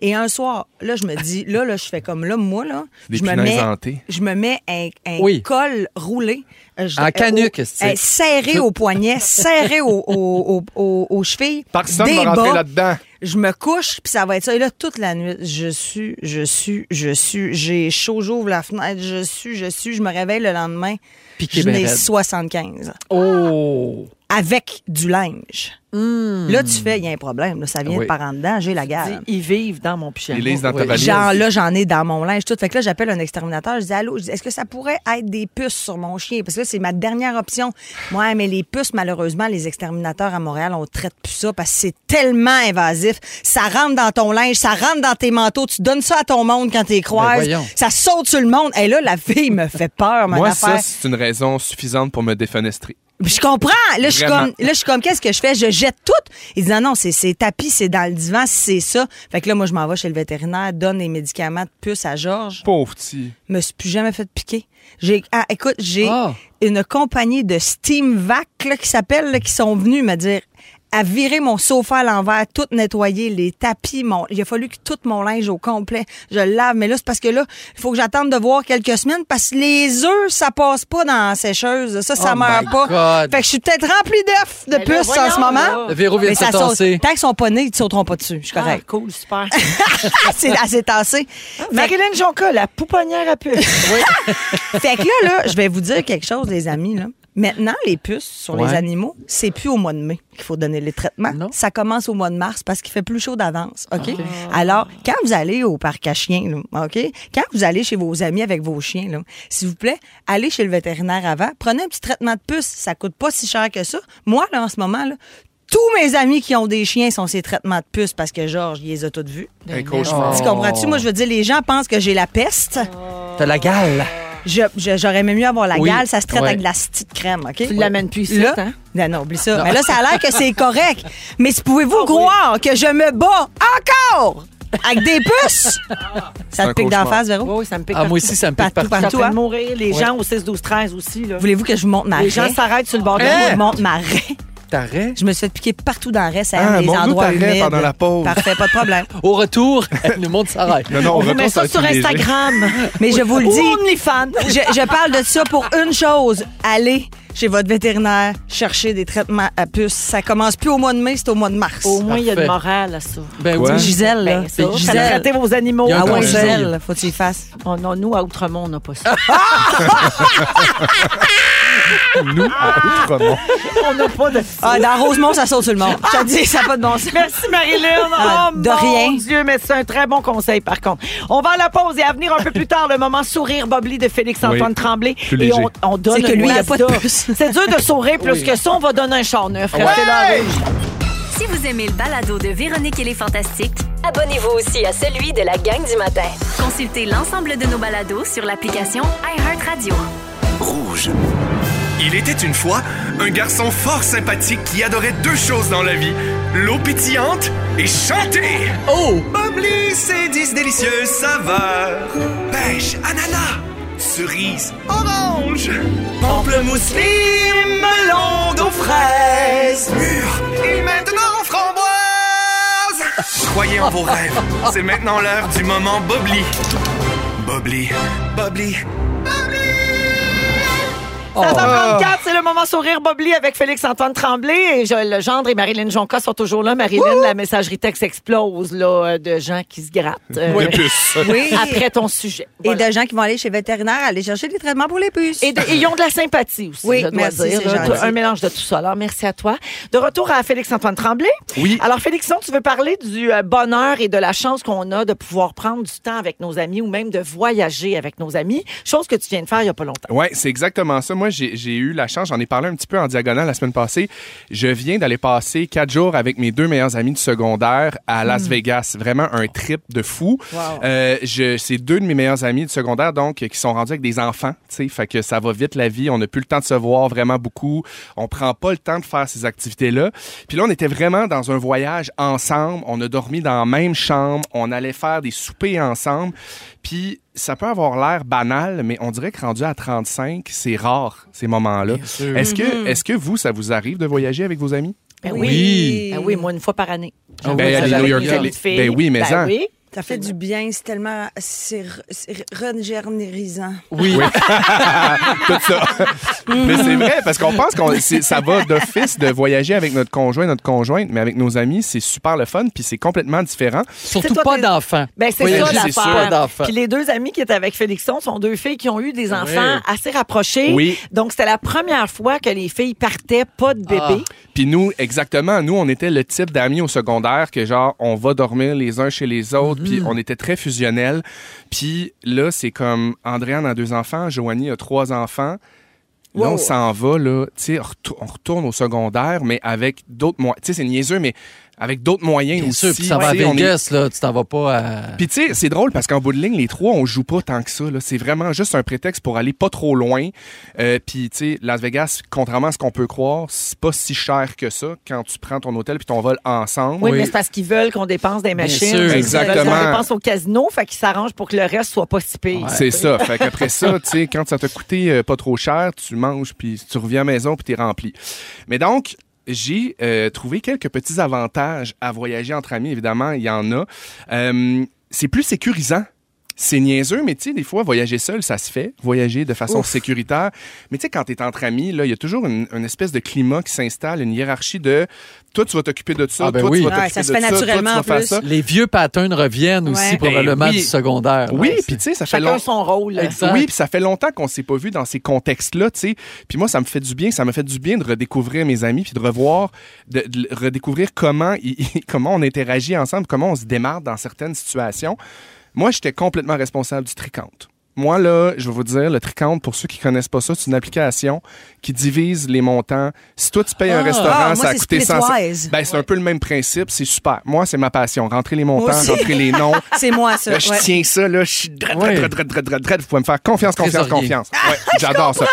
Et un soir, là, je me dis, là, là, je fais comme, là, moi, là. Des je me punaises mets, hantées. Je me mets un, un Oui. col roulé. euh, je- En euh, canuc, au- c'est- euh, serré au poignet, serré au- au- au- au- aux chevilles. Personne des va rentrer bas là-dedans. je me couche, puis ça va être ça. Et là, toute la nuit, je suis, je suis, je suis, j'ai chaud, j'ouvre la fenêtre, je suis, je suis, je me réveille le lendemain. Piqué je ben n'ai raide. 75. Oh. Avec du linge. Là, tu fais, il y a un problème, là, ça vient Hmm. Ah oui. de par en dedans, j'ai la gare. Ils vivent dans mon pyjama. Ils lisent dans ta Oui. valise. Genre là, j'en ai dans mon linge tout. Fait que là, j'appelle un exterminateur. Je dis allô, je dis, est-ce que ça pourrait être des puces sur mon chien Parce que là, c'est ma dernière option. Ouais, mais les puces, malheureusement, les exterminateurs à Montréal, on traite plus ça parce que c'est tellement invasif. Ça rentre dans ton linge, ça rentre dans tes manteaux. Tu donnes ça à ton monde quand t'es Ben croises. voyons. Ça saute sur le monde. Et là, la fille me fait peur, mon Moi, affaire. ça, c'est une raison suffisante pour me défenestrer. Je comprends. Là, je suis Vraiment. comme, là, je suis comme, qu'est-ce que je fais? Je jette tout. Il dit, non, non, c'est- c'est tapis, c'est dans le divan, c'est ça. Fait que là, moi, je m'en vais chez le vétérinaire, donne les médicaments de puce à Georges. Pauvre petit. me suis plus jamais fait piquer. J'ai, ah, écoute, j'ai Ah. une compagnie de Steam Vac là, qui s'appelle, là, qui sont venus me dire à virer mon sofa à l'envers, tout nettoyer, les tapis, mon, il a fallu que tout mon linge au complet, je le lave. Mais là, c'est parce que là, il faut que j'attende de voir quelques semaines parce que les œufs, ça passe pas dans la sécheuse. Ça, ça Oh meurt my pas. God. Fait que je suis peut-être remplie d'œufs de Mais là, puces en ce voyons, moment. là. Le Véro vient Mais de se ça saute. tasser. Tant qu'ils sont pas nés, ils sauteront pas dessus. Je suis Ah, correct. cool, super. Ah. c'est assez tassé. Marilyn Jonca, la pouponnière à puce. Fait que là, là, je vais vous dire quelque chose, les amis. Là. Maintenant, les puces sur Ouais. les animaux, c'est plus au mois de mai qu'il faut donner les traitements. Non. Ça commence au mois de mars parce qu'il fait plus chaud d'avance. OK? Alors, quand vous allez au parc à chiens, là, OK? Quand vous allez chez vos amis avec vos chiens, là, s'il vous plaît, allez chez le vétérinaire avant. Prenez un petit traitement de puce. Ça coûte pas si cher que ça. Moi, là, en ce moment, là, tous mes amis qui ont des chiens sont ces traitements de puce parce que Georges, il les a toutes vus. Un Oh. cauchemar. Tu comprends-tu? Moi, je veux dire, les gens pensent que j'ai la peste. T'as la gale. Je- je- J'aurais aimé mieux avoir la Oui. gale, ça se traite Ouais. avec de la petite crème, OK? Tu l'amènes plus ici, Là, hein? non, non, oublie ça. Mais là, ça a l'air que c'est correct. Mais si Ah pouvez-vous croire que je me bats encore avec des puces? un ça te pique cauchemar. d'en face, Véro? oh, Oui, oui, ça me pique. Ah, moi aussi, ça me pique Partout, partout. Ça toi. fait mourir les gens au 6, 12, 13 aussi. Là. Voulez-vous que je vous montre ma Les raie? gens s'arrêtent sur le bord de Je la vous montre ma raie. T'arrêtes. Je me suis fait piquer partout dans la raie. Ça Ah, aime les montre-nous endroits ta raie humides. pendant la pause. Parfait, pas de problème. Au retour, elle nous montre sa raille. Non, non, On on, vous met retourne ça sur le sujet. Instagram. Mais je vous le Ou dis, OnlyFans. je, je parle de ça pour une chose. Allez chez votre vétérinaire, chercher des traitements à puces. Ça commence plus au mois de mai, c'est au mois de mars. Au moins, il y a de Parfait. morale à ça. Ben Quoi? oui. Gisèle, là. Ben, ça, c'est ça Gisèle. traiter vos animaux. Il y a Ah un ouais, conseil. Gisèle, faut que tu y fasses. Oh non, nous, à Outremont, on n'a pas ça. Nous, à Outremont. on n'a pas de Ah, dans Rosemont, ça saute tout le monde. Je te dis, ça n'a pas de bon sens. Merci Marilyn. Ah, oh, de mon rien. Dieu, mais c'est un très bon conseil par contre. On va à la pause et à venir un peu plus tard le moment sourire Bobli de Félix Antoine Oui. Tremblay Plus et léger. on, on donne C'est que une lui, il a pas de Mazda. puce. C'est dur de sourire plus que ça, on va donner un char neuf. Restez là, Rouge. Si vous aimez le balado de Véronique et les Fantastiques, Abonnez-vous aussi à celui de la gang du matin. consultez l'ensemble de nos balados sur l'application iHeartRadio. Rouge. Il était une fois un garçon fort sympathique qui adorait deux choses dans la vie l'eau pétillante et chanter. Oh! Bubbly, c'est dix délicieuses saveurs. Pêche, ananas, cerise, orange, pamplemousse, lime, melon d'eau fraise, mûre et maintenant framboise. Croyez en vos rêves, c'est maintenant l'heure du moment Bobli. Bobli, Bobli. Ça s'en prend une carte, c'est le moment sourire Bobli avec Félix-Antoine Tremblay et Joël Legendre et Marilyn Jonca sont toujours là. Marilyn, la messagerie texte explose là, euh, de gens qui se grattent euh, De puce. Oui. après ton sujet. Et Voilà. de gens qui vont aller chez le vétérinaire, aller chercher des traitements pour les puces. Et, de- et ils ont de la sympathie aussi, Oui, je dois merci, dire. c'est là. gentil. un mélange de tout ça. Alors, merci à toi. De retour à Félix-Antoine Tremblay. Oui. Alors, Félixon, tu veux parler du euh, bonheur et de la chance qu'on a de pouvoir prendre du temps avec nos amis ou même de voyager avec nos amis, chose que tu viens de faire il n'y a pas longtemps. Ouais, c'est exactement ça. Moi, j'ai j'ai eu la chance, j'en ai parlé un petit peu en diagonale la semaine passée. Je viens d'aller passer quatre jours avec mes deux meilleurs amis du secondaire à Las Vegas. Vraiment un trip de fou. Euh, je- c'est deux de mes meilleurs amis du secondaire, donc, qui sont rendus avec des enfants. tu sais. Fait que ça va vite la vie. On n'a plus le temps de se voir vraiment beaucoup. On prend pas le temps de faire ces activités-là. Puis là, on était vraiment dans un voyage ensemble. On a dormi dans la même chambre. On allait faire des soupers ensemble. Puis ça peut avoir l'air banal, mais on dirait que rendu à 35, c'est rare, ces moments-là. Est-ce que, est-ce que vous, ça vous arrive de voyager avec vos amis? Ben Oui. Ben oui, moi, une fois par année. Ah oui, J'envoie allez, ça New avec York, mes jeunes allez. filles. Ben oui, mais en- oui. Ça fait du bien, c'est tellement. C'est re- c'est renergisant. Oui. Tout ça. mais c'est vrai, parce qu'on pense que ça va d'office de voyager avec notre conjoint, notre conjointe, mais avec nos amis, c'est super le fun, puis c'est complètement différent. Surtout C'est toi, pas t'es- d'enfant. Ben, c'est Voyager, ça c'est sûr, pas l'affaire. d'enfant. Puis les deux amies qui étaient avec Félixon sont deux filles qui ont eu des enfants assez rapprochés. Oui. Donc, c'était la première fois que les filles partaient pas de bébé. Puis nous, exactement, nous, on était le type d'amis au secondaire que genre, on va dormir les uns chez les autres, Mhm. puis on était très fusionnels. Puis là, c'est comme Andréane a deux enfants, Joanie a trois enfants. Là, on s'en va, là, tu sais, on retou- on retourne au secondaire, mais avec d'autres moyens. Tu sais, c'est niaiseux, mais avec d'autres moyens Bien aussi. sûr, puis ça va à tu sais, on est- Vegas, là, tu t'en vas pas à... puis tu sais, c'est drôle parce qu'en bout de ligne, les trois, on joue pas tant que ça. là. C'est vraiment juste un prétexte pour aller pas trop loin. Euh, puis tu sais, Las Vegas, contrairement à ce qu'on peut croire, c'est pas si cher que ça quand tu prends ton hôtel puis ton vol ensemble. Oui, Oui. mais c'est parce qu'ils veulent qu'on dépense des machines. sûr, Ils veulent exactement. Qu'on dépense au casino, fait qu'ils s'arrangent pour que le reste soit pas si pire. C'est ça. Fait qu'après ça, tu sais, quand ça t'a coûté euh, pas trop cher, tu manges, puis tu reviens à la maison, puis t'es rempli. Mais donc, j'ai euh, trouvé quelques petits avantages à voyager entre amis. Évidemment, il y en a. Euh, c'est plus sécurisant. C'est niaiseux, mais tu sais, des fois, voyager seul, ça se fait. Voyager de façon sécuritaire. Mais tu sais, quand t'es entre amis, là, il y a toujours une, une espèce de climat qui s'installe, une hiérarchie de toi, tu vas t'occuper de ça, Ah, ben toi, oui. tu Ouais, vas t'occuper ça se de fait ça, toi, tu vas naturellement, en faire plus. ça. Les vieux patterns reviennent aussi Ouais. probablement Ben oui. du secondaire. Oui, Ouais, puis tu sais, ça fait Chacun longtemps. son rôle. Exact. Oui, puis ça fait longtemps qu'on s'est pas vu dans ces contextes-là, tu sais. Puis moi, ça me fait du bien, ça me fait du bien de redécouvrir mes amis, puis de revoir, de, de redécouvrir comment, ils- comment on interagit ensemble, comment on se démarre dans certaines situations. Moi, j'étais complètement responsable du tricante. Moi, là, je vais vous dire, le tricante, pour ceux qui connaissent pas ça, c'est une application qui divise les montants. Si toi, tu payes un Ah, restaurant, ah, moi, ça a c'est coûté 100 Splitwise. Ben, c'est un peu le même principe, c'est super. Moi, c'est ma passion. Rentrer les montants, aussi. rentrer les noms. C'est moi, ça. Là, Ben, je ouais. tiens ça, là, je suis drette, Ouais. drette, drette, drette, drette, drette. Vous pouvez me faire confiance, confiance, Trésorier. confiance. Ah, Ouais, j'adore ça.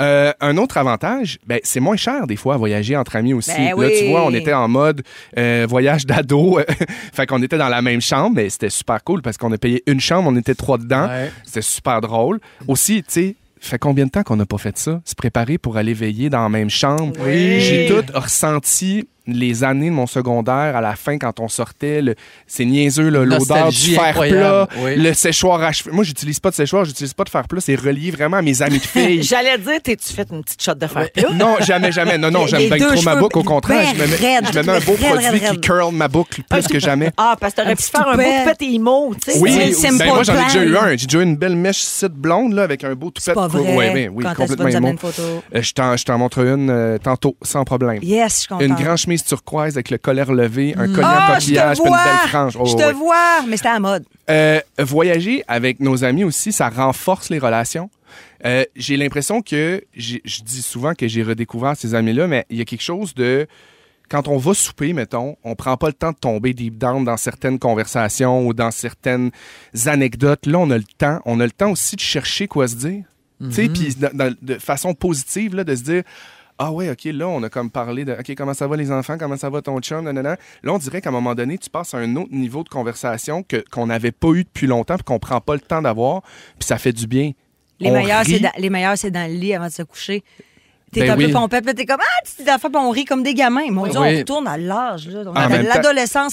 Euh, un autre avantage, ben, c'est moins cher des fois à voyager entre amis aussi. Ben là, oui. tu vois, on était en mode euh, voyage d'ado. fait qu'on était dans la même chambre, mais c'était super cool parce qu'on a payé une chambre, on était trois dedans. Ouais. C'était super drôle. Aussi, tu sais, fait combien de temps qu'on n'a pas fait ça? Se préparer pour aller veiller dans la même chambre. Oui. J'ai tout ressenti les années de mon secondaire à la fin quand on sortait. le- C'est niaiseux, là, l'odeur Nostalgie du fer plat, incroyable, oui. le séchoir à cheveux. Moi, j'utilise pas de séchoir, j'utilise pas de fer plat. C'est relié vraiment à mes amis de filles. J'allais dire, t'es-tu fait une petite shot de fer plat? Non, jamais, jamais. Non, non, Les- j'aime les bien deux trop ma cheveux boucle. Au contraire, bien je me mets, raides, je me mets un beau raide, produit raide, qui raide. curl ma boucle plus que jamais. Ah, parce que t'aurais pu petit faire un beau toupet. toupet et imo, tu sais. C'est Oui, le Simple ben, moi j'en ai Plan. déjà eu un. J'ai déjà eu une belle mèche site blonde là, avec un beau toupet. C'est pas vrai. Ouais, ben, oui, Quand est-ce que tu complètement vas nous amener immonde. une photo? Euh, Je t'en je t'en montre une euh, tantôt, sans problème. Yes, je suis contente. Une grande chemise turquoise avec le collet relevé, un collier en Ah, je coquillage, te puis une vois! belle frange. Oh, je oui. te vois! Mais c'était à la mode. Euh, voyager avec nos amis aussi, ça renforce les relations. Euh, j'ai l'impression que, j'ai- je dis souvent que j'ai redécouvert ces amis-là, mais il y a quelque chose de... Quand on va souper, mettons, on prend pas le temps de tomber deep down dans certaines conversations ou dans certaines anecdotes. Là, on a le temps. On a le temps aussi de chercher quoi se dire. Tu sais, puis dans- dans- de façon positive, là, de se dire... Ah ouais, OK, là, on a comme parlé de OK, comment ça va les enfants, comment ça va ton chum, nanana. Là, on dirait qu'à un moment donné, tu passes à un autre niveau de conversation que, qu'on n'avait pas eu depuis longtemps, puis qu'on prend pas le temps d'avoir, puis ça fait du bien. Les On meilleurs, rit. c'est dans, les meilleurs, c'est dans le lit avant de se coucher. T'es Ben un oui. Ben peu pompette, là, t'es comme Ah, tu dis d'affaires, puis on rit comme des gamins. Mon Dieu, Oui. on retourne à l'âge, là. On En avait même temps, je l'adolescence,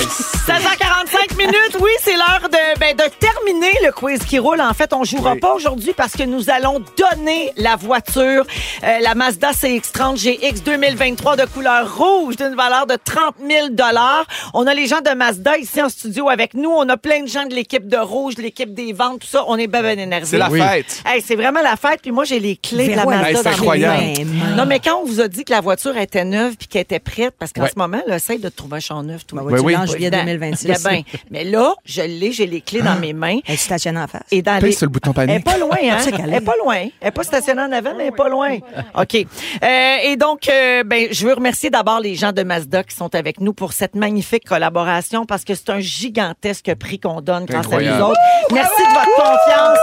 16h45 minutes, oui, c'est l'heure de, ben, de terminer le quiz qui roule. En fait, on jouera pas aujourd'hui parce que nous allons donner la voiture, euh, la Mazda CX-30 GX 2023 de couleur rouge d'une valeur de 30 000 On a les gens de Mazda ici en studio avec nous. On a plein de gens de l'équipe de rouge, de l'équipe des ventes, tout ça. On est ben, ben énervés. C'est la Oui. fête. Hey, c'est vraiment la fête, puis moi j'ai les clés de la Véro, elle Mazda Hey, c'est dans mes incroyable. mains. Vraiment. Non, mais quand on vous a dit que la voiture était neuve puis qu'elle était prête, parce qu'en Ouais. ce moment, là, essaye de trouver un champ neuf, tout le monde. Ouais, Ben tu oui. l'as en Pas juillet évident. 2026. Eh ben, mais là, je l'ai, j'ai les clés dans Ah. mes mains. Elle est stationnée en face. Et dans Pèse les- sur le bouton Elle est panique. pas loin, hein? C'est ça qu'elle Elle est est. pas loin. Elle est pas stationnée en avant, mais elle est pas loin. OK. Euh, et donc, euh, ben, je veux remercier d'abord les gens de Mazda qui sont avec nous pour cette magnifique collaboration parce que c'est un gigantesque prix qu'on donne grâce à Incroyable. nous autres. Merci de votre confiance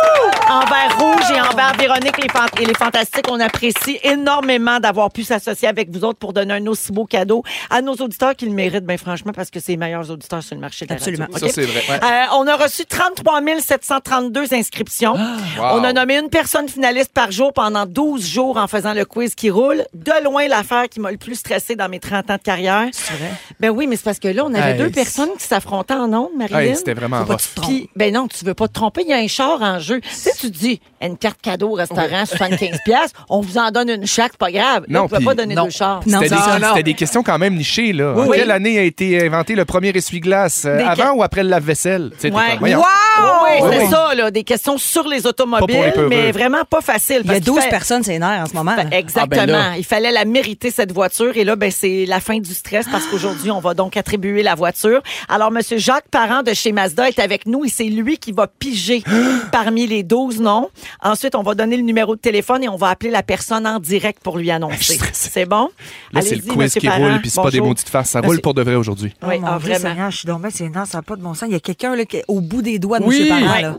envers Rouge et envers Véronique les Fant- et les Fantastiques. On apprécie énormément d'avoir pu s'associer avec vous autres pour donner un aussi beau cadeau à nos auditeurs qui le méritent, ben, franchement, parce que c'est les meilleurs auditeurs sur le marché de la radio. Absolument. OK? Ça, c'est vrai. Ouais. Euh, on a reçu 33 732 inscriptions. Ah. wow. On a nommé une personne finaliste par jour pendant 12 jours en faisant le quiz qui roule. De loin, l'affaire qui m'a le plus stressé dans mes 30 ans de carrière. C'est vrai? Ben oui, mais c'est parce que là, on avait Hey, deux c'est- personnes qui s'affrontaient en ondes, Marilyn. Hey, C'était vraiment Faut pas rough. que tu te trompes. Puis, ben non, tu veux pas te tromper, il y a un char en jeu. Tu sais, tu dis, une carte cadeau au restaurant, 75 pièces, on vous en donne une chaque, c'est pas grave. Non, on peut puis- pas donner non. deux chars. Non, C'était des, ça, non. c'était des questions quand même nichées, là. En Oui. Quelle année a été inventé le premier essuie-glace? euh, Des avant que- ou après le lave-vaisselle? Tu sais, t'es Ouais. comme, voyons. Oh, oui, Oui, c'est oui. ça, là, des questions sur les Pas pour les automobiles, peureux. mais vraiment pas facile. Il y parce a qu'il 12 fait- personnes, c'est énerve en ce moment. Ben, là. exactement. Ah, ben là. Il fallait la mériter, cette voiture. Et là, ben, c'est la fin du stress parce qu'aujourd'hui, on va donc attribuer la voiture. Alors, Monsieur Jacques Parent de chez Mazda est avec nous et c'est lui qui va piger parmi les 12 noms. Ensuite, on va donner le numéro de téléphone et on va appeler la personne en direct pour lui annoncer. C'est bon? Ben, Là, c'est le Allez-y, quiz Monsieur qui Parent. roule, puis c'est pas des Bonjour. Ben, maudites faces. Ça Monsieur- roule pour de vrai aujourd'hui. Oui, Oh, mon ah, Dieu, vraiment. Seigneur, je suis donc bien, c'est non, ça n'a pas de bon sens. Il y a quelqu'un là, qui est au bout des doigts de Oui. M. Parent. Ouais. Là.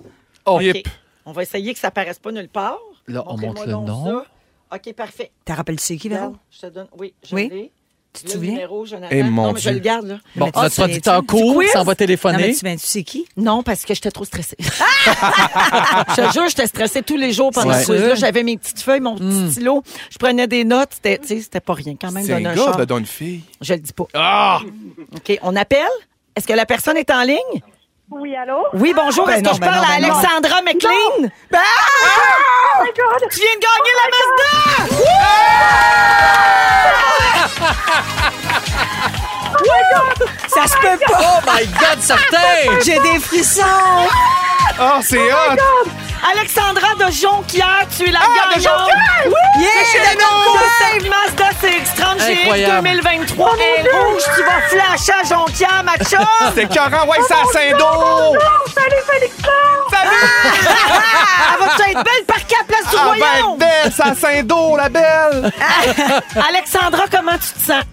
Oh, OK. On va essayer que ça paraisse pas nulle part. Là, on Montrez-moi montre le donc nom. ça. OK, parfait. T'as rappelé tu sais qui, Véro? Regarde, je te donne. Oui, je Oui. l'ai. Tu te Le souviens? numéro, Jonathan. Eh, mon non, mais je Dieu. le garde, là. Bon, Ah, notre tu- auditeur tu- court, quiz? s'en va Non, mais téléphoner. tu, ben, tu sais qui? Non, parce que j'étais trop stressée. je te jure, j'étais stressée tous les jours pendant Ouais. ce quiz-là. J'avais mes petites feuilles, mon petit stylo. Je prenais des notes. C'était, tu sais, c'était pas rien quand même. C'est donner un un gars, char. ben, donne une fille. Je le dis pas. OK, on appelle. Est-ce que la personne est en ligne? Oui, allô? Oui, bonjour. Ben Est-ce non, que je ben parle non, à ben non. Alexandra McLean? Ben, Ah! Oh my God! tu viens de gagner la Oh Mazda! Ça se peut pas! Oh my God, certain! J'ai des frissons! Oh, c'est hot! Alexandra de Jonquière, tu es la gagnante! Yeah! Save Mazda CX-30 GX Incroyable. 2023. Elle est rouge, tu vas flasher à Jonquière, ma chum! C'est carré, ouais, c'est à Saint-Dô! Oh, Salut, Félix! Salut! Elle va-tu être belle par à place du Ah, ben, royaume? belle, c'est à Saint-Dô, la belle! Alexandra, comment tu te sens?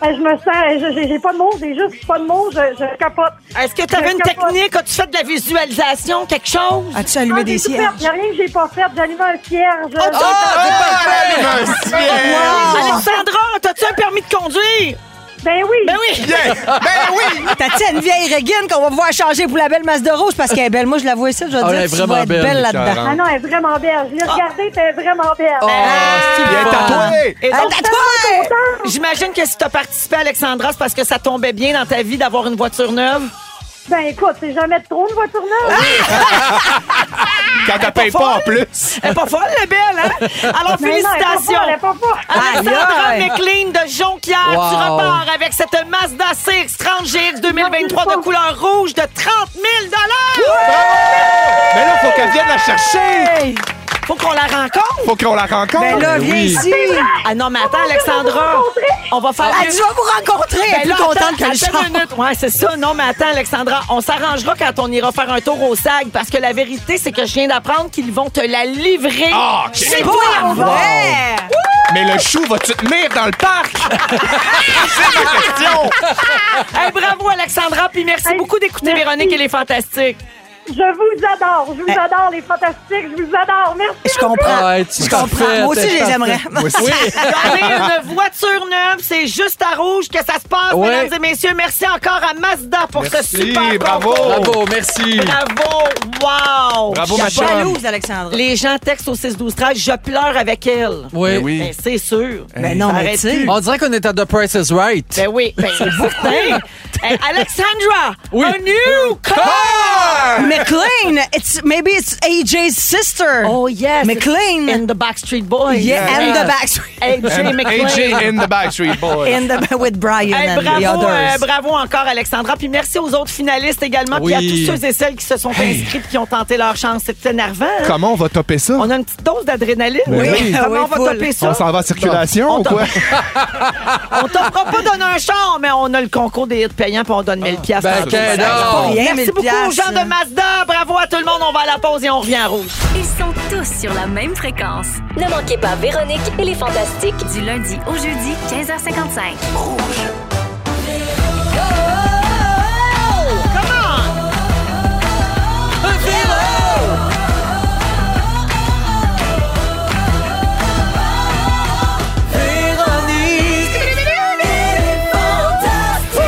Ben, je me sens, je- j'ai- j'ai pas de mots, j'ai juste pas de mots, je, je capote. Est-ce que tu avais une Je capote. technique? As-tu fait de la visualisation, quelque chose? As-tu allumé Ah, des j'ai tout sièges? fait, y a rien que j'ai pas fait, j'allume un cierge. Oh, t'as- Ah, ben, ciel! Alexandra, t'as-tu un permis de conduire? Ben oui! Ben oui! Yeah! Ben oui! T'as-tu une vieille Regan qu'on va voir changer pour la belle masse de rose parce qu'elle est belle? Moi, je la vois ici, je vais Ah, te elle est dire, tu vraiment vas être belle, belle là-dedans. Clara. Ah non, elle est vraiment belle. Je l'ai regardée, puis elle est vraiment belle. Oh. c'est Bien bon. tatoué! Ah. Et Hey, donc, t'as toi! j'imagine que si t'as participé, Alexandra, c'est parce que ça tombait bien dans ta vie d'avoir une voiture neuve. Ben écoute, c'est jamais de trop une voiture neuve. Quand t'as payé pas en plus. Elle est pas folle, la belle, hein? Alors, Mais Ben non, elle est pas folle, elle est félicitations. pas folle. Alexandra Aïe, aïe. McLean de Jonquière, tu Wow. repars avec cette Mazda CX-30 GX 2023 de couleur rouge de 30 000 Ah, Mais là, faut qu'elle vienne la chercher. Hey! Faut qu'on la rencontre! Faut qu'on la rencontre. Ben là, viens oui. ici. Ah non, mais attends, Alexandra! On va Ah, faire. Elle dit, je vais vous rencontrer. Elle est Ben là, plus contente que attends, le attends char. une minute. Ouais, c'est ça. Non, mais attends, Alexandra, on s'arrangera quand on ira faire un tour au SAG parce que la vérité, c'est que je viens d'apprendre qu'ils vont te la livrer. Ah, ok. Chez toi! Pas vrai. Mais le chou va-tu tenir dans le parc? C'est ma question. Hey, bravo, Alexandra, puis merci Hey, beaucoup d'écouter merci. Véronique et les Fantastiques. Je vous adore, je vous adore, les fantastiques, je vous adore. Merci. Je comprends. Ah, tu Je comprends. Moi aussi, je les aimerais. Gagner une voiture neuve, c'est juste à rouge que ça se passe, Ouais. mesdames et messieurs. Merci encore à Mazda pour ce Merci, super bravo. concours. Bravo, merci. Ben Bravo! Wow! Bravo, Je ma suis chum. jalouse. Jalouse, Alexandra. Les gens textent au 6 12 13 je pleure avec elle. Oui. Ben oui. Ben, c'est sûr. Ben non, mais Arrête tu sais. plus. On dirait qu'on est à The Price is Right. Ben oui, ben c'est certain. Hey, Alexandra, Oui. a new car! McLean, it's, maybe it's AJ's sister. Oh yes, McLean. and the Backstreet Boys. yeah, and the Backstreet. AJ McLean. AJ in the Backstreet Boys. In the, with Brian Hey, and the bravo, others. euh, bravo encore, Alexandra. Puis merci aux autres finalistes également. Puis Oui. à tous ceux et celles qui se sont inscrits et qui ont tenté leur chance. C'est énervant. hein? Comment on va topper ça? On a une petite dose d'adrénaline. oui. Comment Oui, on va full. taper ça? On s'en va en circulation On ou quoi? On t'offre pas donner un char, mais on a le concours des hits payants puis on donne 1000 piastres. Ben, qu'est-ce Pas donc? rien, Merci 1000 beaucoup aux gens piastres. de Mazda. Bravo à tout le monde. On va à la pause et on revient à rouge. Ils sont tous sur la même fréquence. Ne manquez pas Véronique et les Fantastiques. Du lundi au jeudi, 15h55.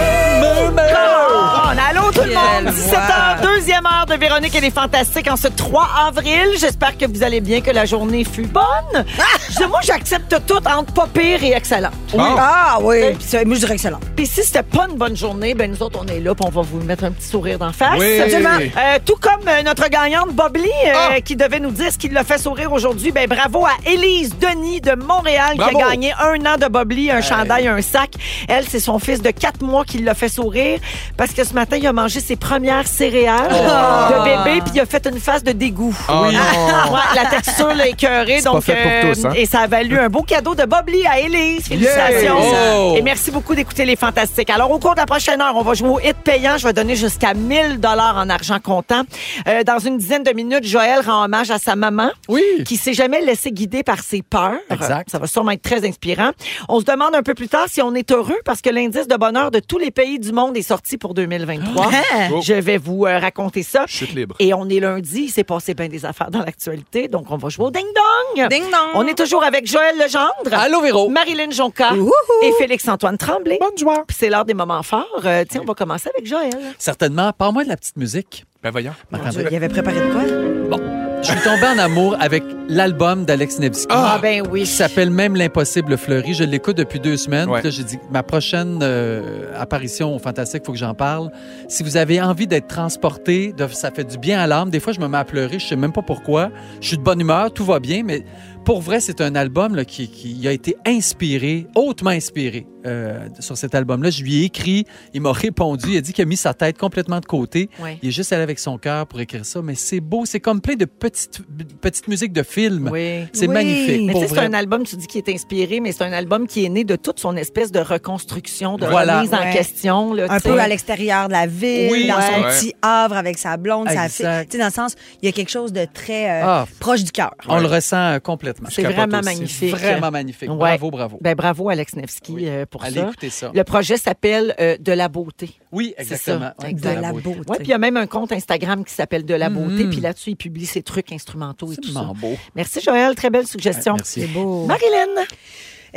Come on! Allô tout le monde! 17h, deuxième heure de Véronique et les Fantastiques en ce 3 avril. J'espère que vous allez bien, que la journée fut bonne. Je- moi, j'accepte tout entre pas pire et excellent. Bon. Ah oui, Puis ça, moi je dirais excellent. Puis si c'était pas une bonne journée, ben nous autres, on est là puis on va vous mettre un petit sourire d'en face. Oui. Absolument. Euh, tout comme euh, notre gagnante Bob Lee, euh, Ah. qui devait nous dire ce qui l'a fait sourire aujourd'hui. Ben bravo à Élise Denis de Montréal Bravo. qui a gagné un an de Bob Lee, un chandail, un sac. Elle, c'est son fils de quatre mois qui l'a fait sourire parce que ce matin, il a mangé ses premières céréales de bébé puis il a fait une face de dégoût. Oh non. Ouais, la texture l'a écœurée. pas Donc, euh, fait pour tous, hein? Et ça a valu un beau cadeau de Bob Lee à Élise. Félicitations. Oh! Et merci beaucoup d'écouter Les Fantastiques. Alors, au cours de la prochaine heure, on va jouer au hit payant. Je vais donner jusqu'à 1000 dollars en argent comptant. Euh, dans une dizaine de minutes, Joël rend hommage à sa maman. Oui. Qui s'est jamais laissé guider par ses peurs. Exact. Ça va sûrement être très inspirant. On se demande un peu plus tard si on est heureux parce que l'indice de bonheur de tous les pays du monde est sorti pour 2023. Hein? Je vais vous euh, raconter ça. Chute libre. Et on est lundi, il s'est passé bien des affaires dans l'actualité, donc on va jouer au ding-dong. Ding-dong. On est toujours avec Joël Legendre. Allô, Véro. Marilyn Jonca. Wouhou. Et Félix-Antoine Tremblay. Bonne joie. Puis c'est l'heure des moments forts. Euh, tiens, on va commencer avec Joël. Certainement. Parle-moi de la petite musique. Ben voyons. Mon Dieu, il avait préparé de quoi? Ben, Je suis tombé en amour avec l'album d'Alex Nevsky. Ah, ben oui. qui s'appelle même L'impossible fleuri. Je l'écoute depuis deux semaines. Ouais. Puis là, j'ai dit, ma prochaine euh, apparition au Fantastique, faut que j'en parle. Si vous avez envie d'être transporté, de- ça fait du bien à l'âme. Des fois, je me mets à pleurer, je sais même pas pourquoi. Je suis de bonne humeur, tout va bien, mais pour vrai, c'est un album là, qui, qui a été inspiré, hautement inspiré euh, sur cet album-là. Je lui ai écrit, il m'a répondu, il a dit qu'il a mis sa tête complètement de côté. Ouais. Il est juste allé avec son cœur pour écrire ça, mais c'est beau, c'est comme plein de petites, petites musiques de films. Oui. C'est Oui. magnifique. Mais tu pour sais, c'est vrai. un album, tu dis, qui est inspiré, mais c'est un album qui est né de toute son espèce de reconstruction, de Voilà. remise en Ouais. question. là, Un tu peu sais. à l'extérieur de la ville, Oui, dans son ouais. petit havre avec sa blonde, sa fille. Exact. Tu sais, dans le sens, il y a quelque chose de très euh, Ah. proche du cœur. On le ressent euh, complètement. C'est capote vraiment aussi. magnifique. Vraiment magnifique. Ouais. Bravo, bravo. Ben, bravo, Alex Nevsky, Oui. euh, pour Allez ça. écouter ça. Le projet s'appelle euh, De la beauté. Oui, C'est exactement. ça. Ouais, De De la beauté. Oui, puis il y a même un compte Instagram qui s'appelle De la Mm. beauté, Mhm. puis là-dessus, il publie ses trucs instrumentaux et C'est tout ça. tellement beau. Merci, Joël. Très belle suggestion. Ouais, merci. C'est beau. Marilyn,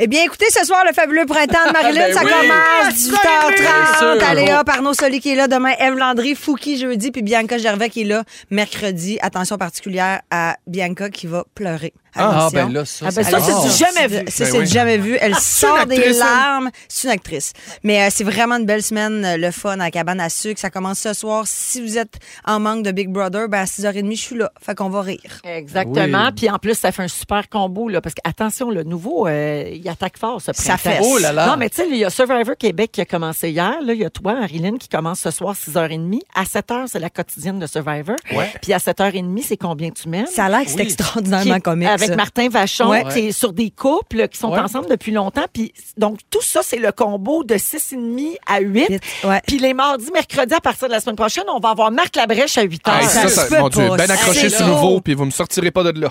Eh bien, écoutez, ce soir, le fabuleux printemps de Marilyn, Ben ça oui. commence Bien 18h30. sûr. Aléa, Arnaud Soli qui est là demain, Eve Landry, Fouki jeudi, puis Bianca Gervais qui est là mercredi. Attention particulière à Bianca qui va pleurer Ah, l'émission. ben là, ça, Ah, ben c'est ça, Elle c'est rare. du sort- jamais vu. Ça, Ben c'est oui. du jamais vu. Elle une sort des actrice, elle. larmes. C'est une actrice. Mais euh, c'est vraiment une belle semaine, euh, le fun à la cabane à sucre. Ça commence ce soir. Si vous êtes en manque de Big Brother, ben à 6h30, je suis là. Fait qu'on va rire. Exactement. Oui. Puis en plus, ça fait un super combo, là, parce que, attention, le nouveau, euh, il attaque fort ce Ça printemps. fesse. Oh là là. Non, mais tu sais, il y a Survivor Québec qui a commencé hier. Là, il y a toi, Marilyn, qui commence ce soir 6h30. À 7h, c'est la quotidienne de Survivor. Ouais. Puis à 7h30, c'est combien tu m'aimes? Ça a l'air que c'est Oui. extraordinairement Qui- comique. Avec ça. Martin Vachon, Ouais. qui est sur des couples qui sont Ouais. ensemble depuis longtemps. Puis, donc, tout ça, c'est le combo de 6,5 à 8. Ouais. Puis les mardis, mercredis, à partir de la semaine prochaine, on va avoir Marc Labrèche à 8 heures. Hey, ça, ça ça- se peut mon Dieu, pas, ben ça. accroché C'est sur là. nouveau, puis vous me sortirez pas de là.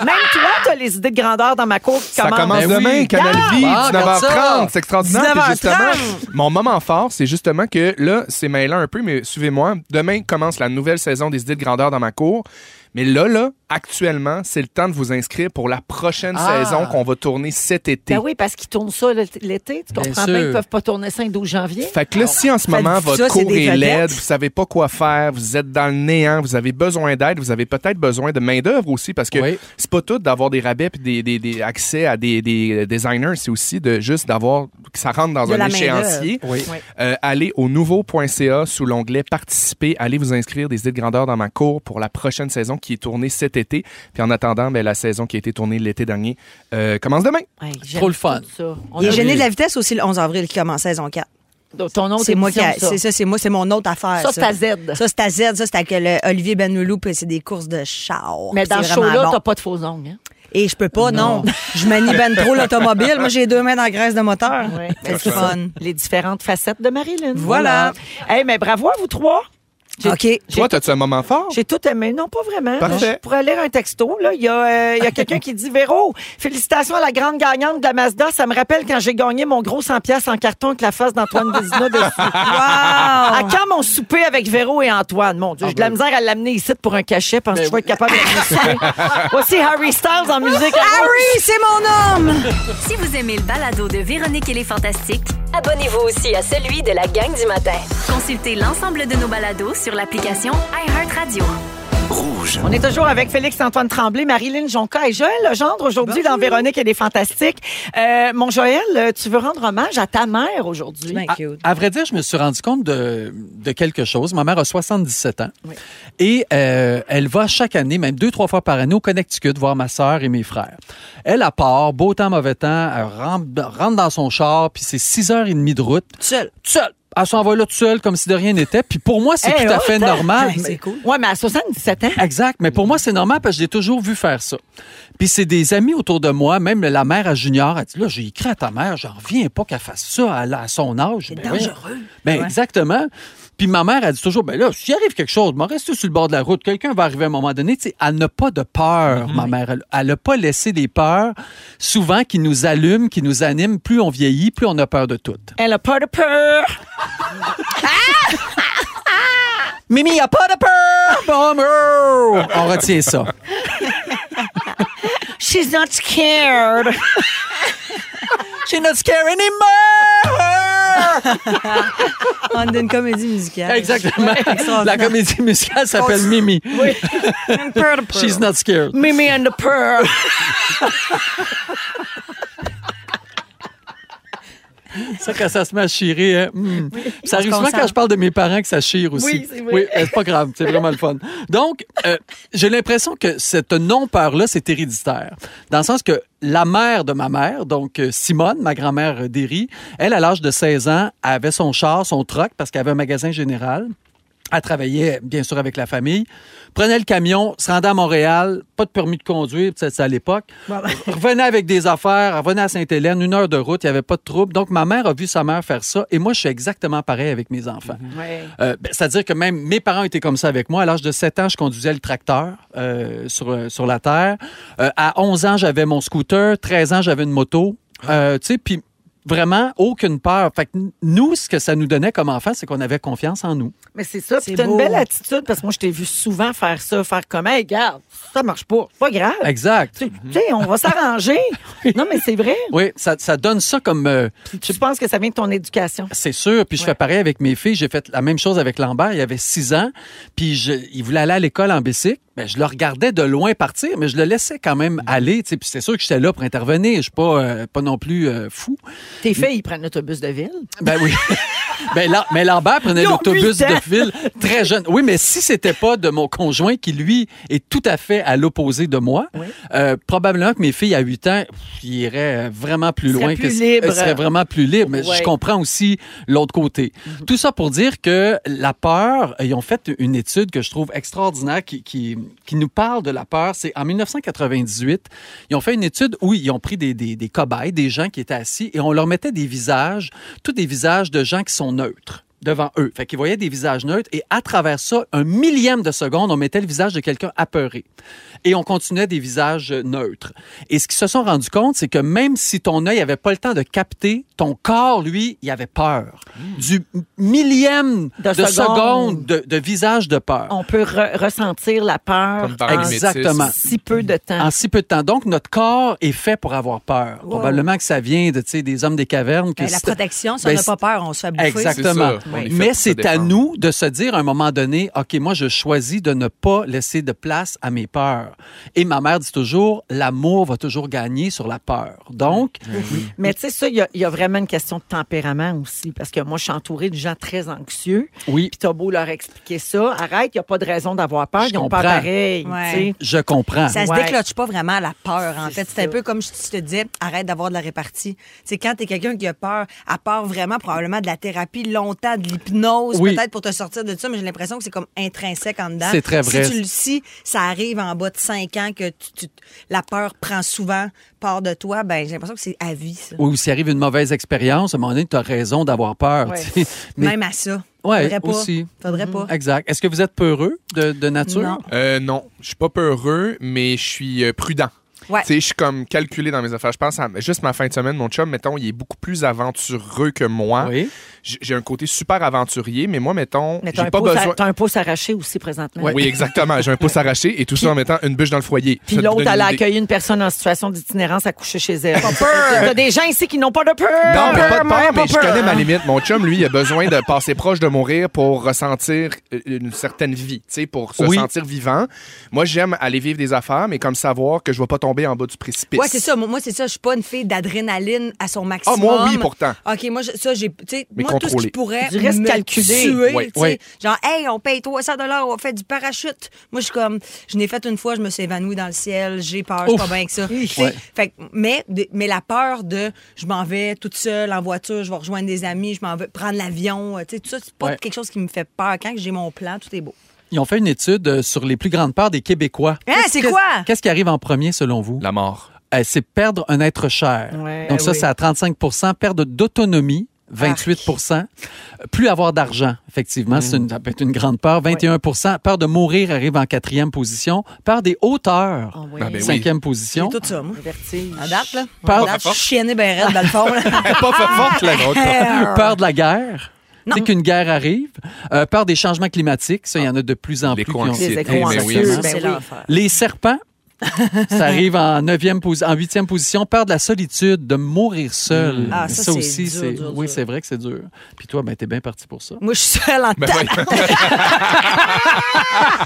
Même toi, t'as les idées de grandeur dans ma cour qui Ça commence Ben oui. demain, Canal Ah, Vie, regarde ça. 19h30, c'est extraordinaire. Puis 19h30. justement, mon moment fort, c'est justement que là, c'est mêlant un peu, mais suivez-moi. Demain commence la nouvelle saison des idées de grandeur dans ma cour. Mais là, là, actuellement, c'est le temps de vous inscrire pour la prochaine Ah. saison qu'on va tourner cet été. Ben oui, parce qu'ils tournent ça l'été- l'été. Tu Bien comprends bien, ils sûr. peuvent pas tourner ça le 12 janvier. Fait que là, si en ce Faites-vous moment, ça, votre c'est cours des est laide, vedettes. vous savez pas quoi faire, vous êtes dans le néant, vous avez besoin d'aide, vous avez peut-être besoin de main-d'œuvre aussi, parce que Oui. c'est pas tout d'avoir des rabais et des, des- des accès à des, des euh, designers, c'est aussi de juste d'avoir que ça rentre dans De un la main-d'œuvre. échéancier. Oui. Euh, allez au nouveau.ca sous l'onglet Participer, allez vous inscrire des idées de grandeur dans ma cour pour la prochaine saison qui est tournée cet été. Puis en attendant, ben, la saison qui a été tournée l'été dernier euh, commence demain. Hey, j'aime Trop le fun. tout ça. On Il est a- gêné de la vitesse aussi le 11 avril qui commence saison 4. Ton autre C'est moi qui a- émission, c'est ça. ça, c'est moi, c'est mon autre affaire. Ça, c'est ta Z. Ça, c'est ta Z, ça, c'est avec le Olivier Benloulou, puis c'est des courses de char. Mais Puis dans ce c'est vraiment show-là, bon. t'as pas de faux ongles. hein? Et je peux pas, non. Je manie ben trop l'automobile. Moi, j'ai deux mains dans la graisse de moteur. Ouais. C'est le fun. Les différentes facettes de Marilyn. Voilà. Hey, mais bravo à vous trois. J'ai- OK. Toi, as-tu un moment fort? J'ai tout aimé. Non, pas vraiment. Parfait. Je pourrais lire un texto. Là. Il y a, euh, il y a quelqu'un qui dit Véro, félicitations à la grande gagnante de la Mazda. Ça me rappelle quand j'ai gagné mon gros 100$ piastres en carton avec la face d'Antoine Vézina dessus. À Wow! quand mon souper avec Véro et Antoine? Mon Dieu, j'ai de la misère à l'amener ici pour un cachet. Pense que je vais être capable de le souper. Voici Harry Styles en musique. Harry, c'est mon homme! Si vous aimez le balado de Véronique et les Fantastiques, Abonnez-vous aussi à celui de la gang du matin. consultez l'ensemble de nos balados sur l'application iHeartRadio. Rouge. On est toujours avec Félix-Antoine Tremblay, Marilyn Jonca et Joël Legendre aujourd'hui dans Véronique et les Fantastiques. Euh, mon Joël, euh, tu veux rendre hommage à ta mère aujourd'hui. Ben, À- cute. À, vrai dire, je me suis rendu compte de, de quelque chose. Ma mère a 77 ans et euh, elle va chaque année, même deux, trois fois par année, au Connecticut voir ma sœur et mes frères. Elle, à part, beau temps, mauvais temps, elle rentre, rentre dans son char, puis c'est 6h30 de route. Seul. Toute seule. Elle s'en va là toute seule, comme si de rien n'était. Puis pour moi, c'est Hey, tout à oh, fait t'as- normal. Hey, c'est cool. Ouais, mais à 77 ans. Exact. Mais pour moi, c'est normal parce que je l'ai toujours vu faire ça. Puis c'est des amis autour de moi, même la mère à Junior, elle dit Là, j'ai écrit à ta mère, j'en reviens pas qu'elle fasse ça à, la- à son âge. C'est dangereux. Ben, exactement. Puis ma mère, elle dit toujours Ben là, s'il arrive quelque chose, m'en reste sur le bord de la route, quelqu'un va arriver à un moment donné. Tu sais, elle n'a pas de peur, ma mère. Elle- Elle n'a pas laissé des peurs, souvent, qui nous allument, qui nous animent. Plus on vieillit, plus on a peur de tout. Elle a pas de peur. Mimi, y a pas de peur, Bomber! On retient ça. She's not scared. She's not scared anymore! Ah, On est une comédie musicale. Exactement. La extraordinaire. comédie musicale s'appelle Mimi. She's not scared. Mimi and the purr. Ça, quand ça se met à chirer, hein, hmm. ça arrive se souvent concentre. quand je parle de mes parents que ça chire aussi. Oui, c'est vrai. Oui, euh, c'est pas grave, c'est vraiment le fun. Donc, euh, j'ai l'impression que cette non-peur-là, c'est héréditaire. Dans le sens que la mère de ma mère, donc euh, Simone, ma grand-mère euh, d'Éry, elle, à l'âge de 16 ans, elle avait son char, son truck, parce qu'elle avait un magasin général. Elle travaillait, bien sûr, avec la famille. Prenait le camion, se rendait à Montréal, pas de permis de conduire, peut-être c'est à l'époque. Revenait avec des affaires, revenait à Sainte-Hélène, une heure de route, il n'y avait pas de trouble. Donc, ma mère a vu sa mère faire ça. Et moi, je suis exactement pareil avec mes enfants. Euh, ben, C'est-à-dire que même mes parents étaient comme ça avec moi. À l'âge de 7 ans, je conduisais le tracteur euh, sur, euh, sur la terre. Euh, à 11 ans, j'avais mon scooter. 13 ans, j'avais une moto. Euh, tu sais, puis vraiment, aucune peur. Fait que n- nous, ce que ça nous donnait comme enfant, c'est qu'on avait confiance en nous. Mais c'est ça. C'est Puis t'as une beau. belle attitude parce que moi, je t'ai vu souvent faire ça, faire comme, hey, regarde, ça marche pas. C'est Pas grave. Exact. Tu tu sais, on va s'arranger. non, mais c'est vrai. Oui, ça, ça donne ça comme... euh, Tu penses que ça vient de ton éducation. C'est sûr. Puis je fais pareil avec mes filles. J'ai fait la même chose avec Lambert. Il avait 6 ans. Puis je- il voulait aller à l'école en bicycle. Ben, ben, je le regardais de loin partir, mais je le laissais quand même Mm-hmm. aller. tu sais. Puis c'est sûr que j'étais là pour intervenir. Je suis pas, euh, pas non plus euh, fou. Tes filles, ils prennent l'autobus de ville. Ben oui. ben là, mais Lambert prenait Ils ont l'autobus huit ans. de ville très jeune. Oui, mais si c'était pas de mon conjoint qui, lui, est tout à fait à l'opposé de moi, euh, probablement que mes filles à 8 ans pff, ils iraient euh, vraiment plus Seraient loin. plus que ce- libres. elles seraient vraiment plus libres. Mais Ouais. je comprends aussi l'autre côté. Tout ça pour dire que la peur, euh, ils ont fait une étude que je trouve extraordinaire qui, qui, qui nous parle de la peur. C'est en 1998, ils ont fait une étude où ils ont pris des, des, des cobayes, des gens qui étaient assis, et on leur mettait des visages, tous des visages de gens qui sont neutres devant eux. Fait qu'ils voyaient des visages neutres et à travers ça, un millième de seconde, on mettait le visage de quelqu'un apeuré. Et on continuait des visages neutres. Et ce qu'ils se sont rendus compte, c'est que même si ton œil n'avait pas le temps de capter, ton corps, lui, il avait peur. Du millième De de, seconde. seconde, de, de visage de peur. On peut re- ressentir la peur Comme par les Exactement. métis. si peu de temps. En si peu de temps. Donc, notre corps est fait pour avoir peur. Probablement que ça vient de, tu sais, des hommes des cavernes. Que Ben, la c'était- protection, si Ben, on n'a c'est- pas peur, on se fait bouffer. Exactement. C'est ça, on est fait Mais pour se c'est à défendre. nous de se dire à un moment donné, OK, moi, je choisis de ne pas laisser de place à mes peurs. Et ma mère dit toujours, l'amour va toujours gagner sur la peur. Donc, Mais tu sais, ça, il y, a- il y a vraiment une question de tempérament aussi, parce que moi, je suis entourée de gens très anxieux. oui, Puis t'as beau leur expliquer ça, arrête, il n'y a pas de raison d'avoir Je peur, ils ont peur comprends. pareil. Ouais. tu sais. je comprends. Ça se Ouais. déclenche pas vraiment à la peur, en C'est fait. C'est ça. un peu comme je te disais, arrête d'avoir de la répartie. C'est quand t'es quelqu'un qui a peur, à part vraiment probablement de la thérapie longtemps, de l'hypnose, Oui. peut-être pour te sortir de ça, mais j'ai l'impression que c'est comme intrinsèque en dedans. C'est très vrai. Si tu le si ça arrive en bas de 5 ans que tu- tu- la peur prend souvent part de toi, ben j'ai l'impression que c'est à vie, ça. Ou s'il arrive une mauvaise expérience, à un moment donné, tu as raison d'avoir peur. Ouais. tu sais. Mais- Même à ça. Ouais, Faudrait pas. aussi. Mhm. Faudrait pas. Exact. Est-ce que vous êtes peureux de, de nature? Non. Euh, non, je suis pas peureux, mais je suis euh, prudent. Ouais. Tu sais, je suis comme calculé dans mes affaires. Je pense à juste ma fin de semaine, mon chum, mettons, il est beaucoup plus aventureux que moi. Oui. J- J'ai un côté super aventurier, mais moi, mettons, Mais t'as j'ai un, pas pouce à- besoin. t'as un pouce arraché aussi présentement. Oui, exactement. J'ai un pouce arraché et tout ça en mettant une bûche dans le foyer. Puis Ça te l'autre, donne elle a une idée. accueilli une personne en situation d'itinérance à coucher chez elle. T'as des gens ici qui n'ont pas de peur. Non, mais pas de moi, peur, mais je connais ma limite. Mon chum, lui, il a besoin de passer proche de mourir pour ressentir euh, une certaine vie, tu sais, pour se Oui. sentir vivant. Moi, j'aime aller vivre des affaires, mais comme savoir que je vais pas tomber en bas du précipice. Ouais, c'est ça. Moi, moi, c'est ça. Je suis pas une fille d'adrénaline à son maximum. Ah, moi, oui, pourtant. OK, moi, je- ça, j'ai. Tu sais, Mais moi, tout ce contrôlé. qui pourrait. Du risque me calculé. Tuer, Ouais, tu sais. ouais. Genre, hey, on paye 300 on fait du parachute. Moi, je suis comme. Je n'ai fait une fois, je me suis évanouie dans le ciel, j'ai peur, je suis pas bien avec ça. Tu sais, Ouais. fait, que- mais, de- mais la peur de je m'en vais toute seule en voiture, je vais rejoindre des amis, je m'en vais prendre l'avion, euh, tu sais, tout ça, c'est pas Ouais. quelque chose qui me fait peur. Quand j'ai mon plan, tout est beau. Ils ont fait une étude euh, sur les plus grandes peurs des Québécois. Hein, c'est quoi? Qu'est-ce qui arrive en premier selon vous? La mort. Euh, c'est perdre un être cher. Ouais, eh Donc ça, oui. c'est à 35 perdre d'autonomie. 28 Plus avoir d'argent, effectivement, c'est Mm. une, ça peut être une grande peur. 21 Peur de mourir arrive en quatrième position. Peur des hauteurs, Ah oui. Ah, ben oui. cinquième J'ai position. tout ça, moi. Le vertige. À date, là. Peur- À date, je suis chienée ben raide dans le fond, là. Elle est pas Ah! forte, la grosse. Peur de la guerre. Dès qu'une guerre arrive. Euh, peur des changements climatiques. Ça, il y Ah. en a de plus en plus. qui ont- Les L'éco-anxiété, échos mais oui. anxieux, hein. ben C'est oui. l'enfer. Les serpents. ça arrive en neuvième posi- en huitième position. Peur de la solitude, de mourir seul. Ah, ça, c'est aussi, dur, c'est dur, oui, dur. c'est vrai que c'est dur. Puis toi, ben t'es bien parti pour ça. Moi, je suis seule en Ben tête. oui.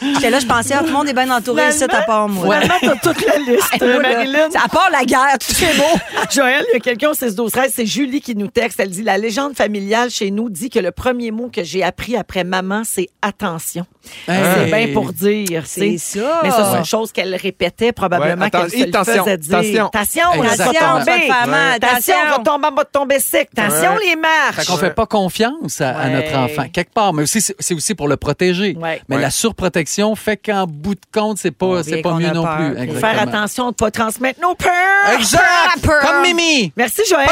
J'étais là, je pensais, ah, tout le monde est bien entouré ici, à part moi. Finalement, t'as toute la liste, Moi, là, Marilyn. À part la guerre, tout est beau. Joël, il y a quelqu'un au 16 12 13 c'est Julie qui nous texte. Elle dit La légende familiale chez nous dit que le premier mot que j'ai appris après maman, c'est attention. C'est Hey. bien pour dire. tu sais. ça. Mais ça, c'est une Ouais. chose qu'elle répétait probablement Ouais, qu'elle atten- se le attention, faisait dire. attention. on va Exactement. tomber. Ça va te faire mal, Ben, Attention, on va attention. tomber en bas de tomber sec. Attention, les Fait marches. qu'on fait pas confiance à, à Ouais. notre enfant, quelque part. Mais aussi, c'est c'est aussi pour le protéger. Ouais. Mais Ouais. la surprotection fait qu'en bout de compte, c'est On pas, c'est vient pas qu'on mieux a non peur. plus. Faut Faut Exactement. faire attention de ne pas transmettre nos peurs. Exact! Comme Mimi! Merci, Joël.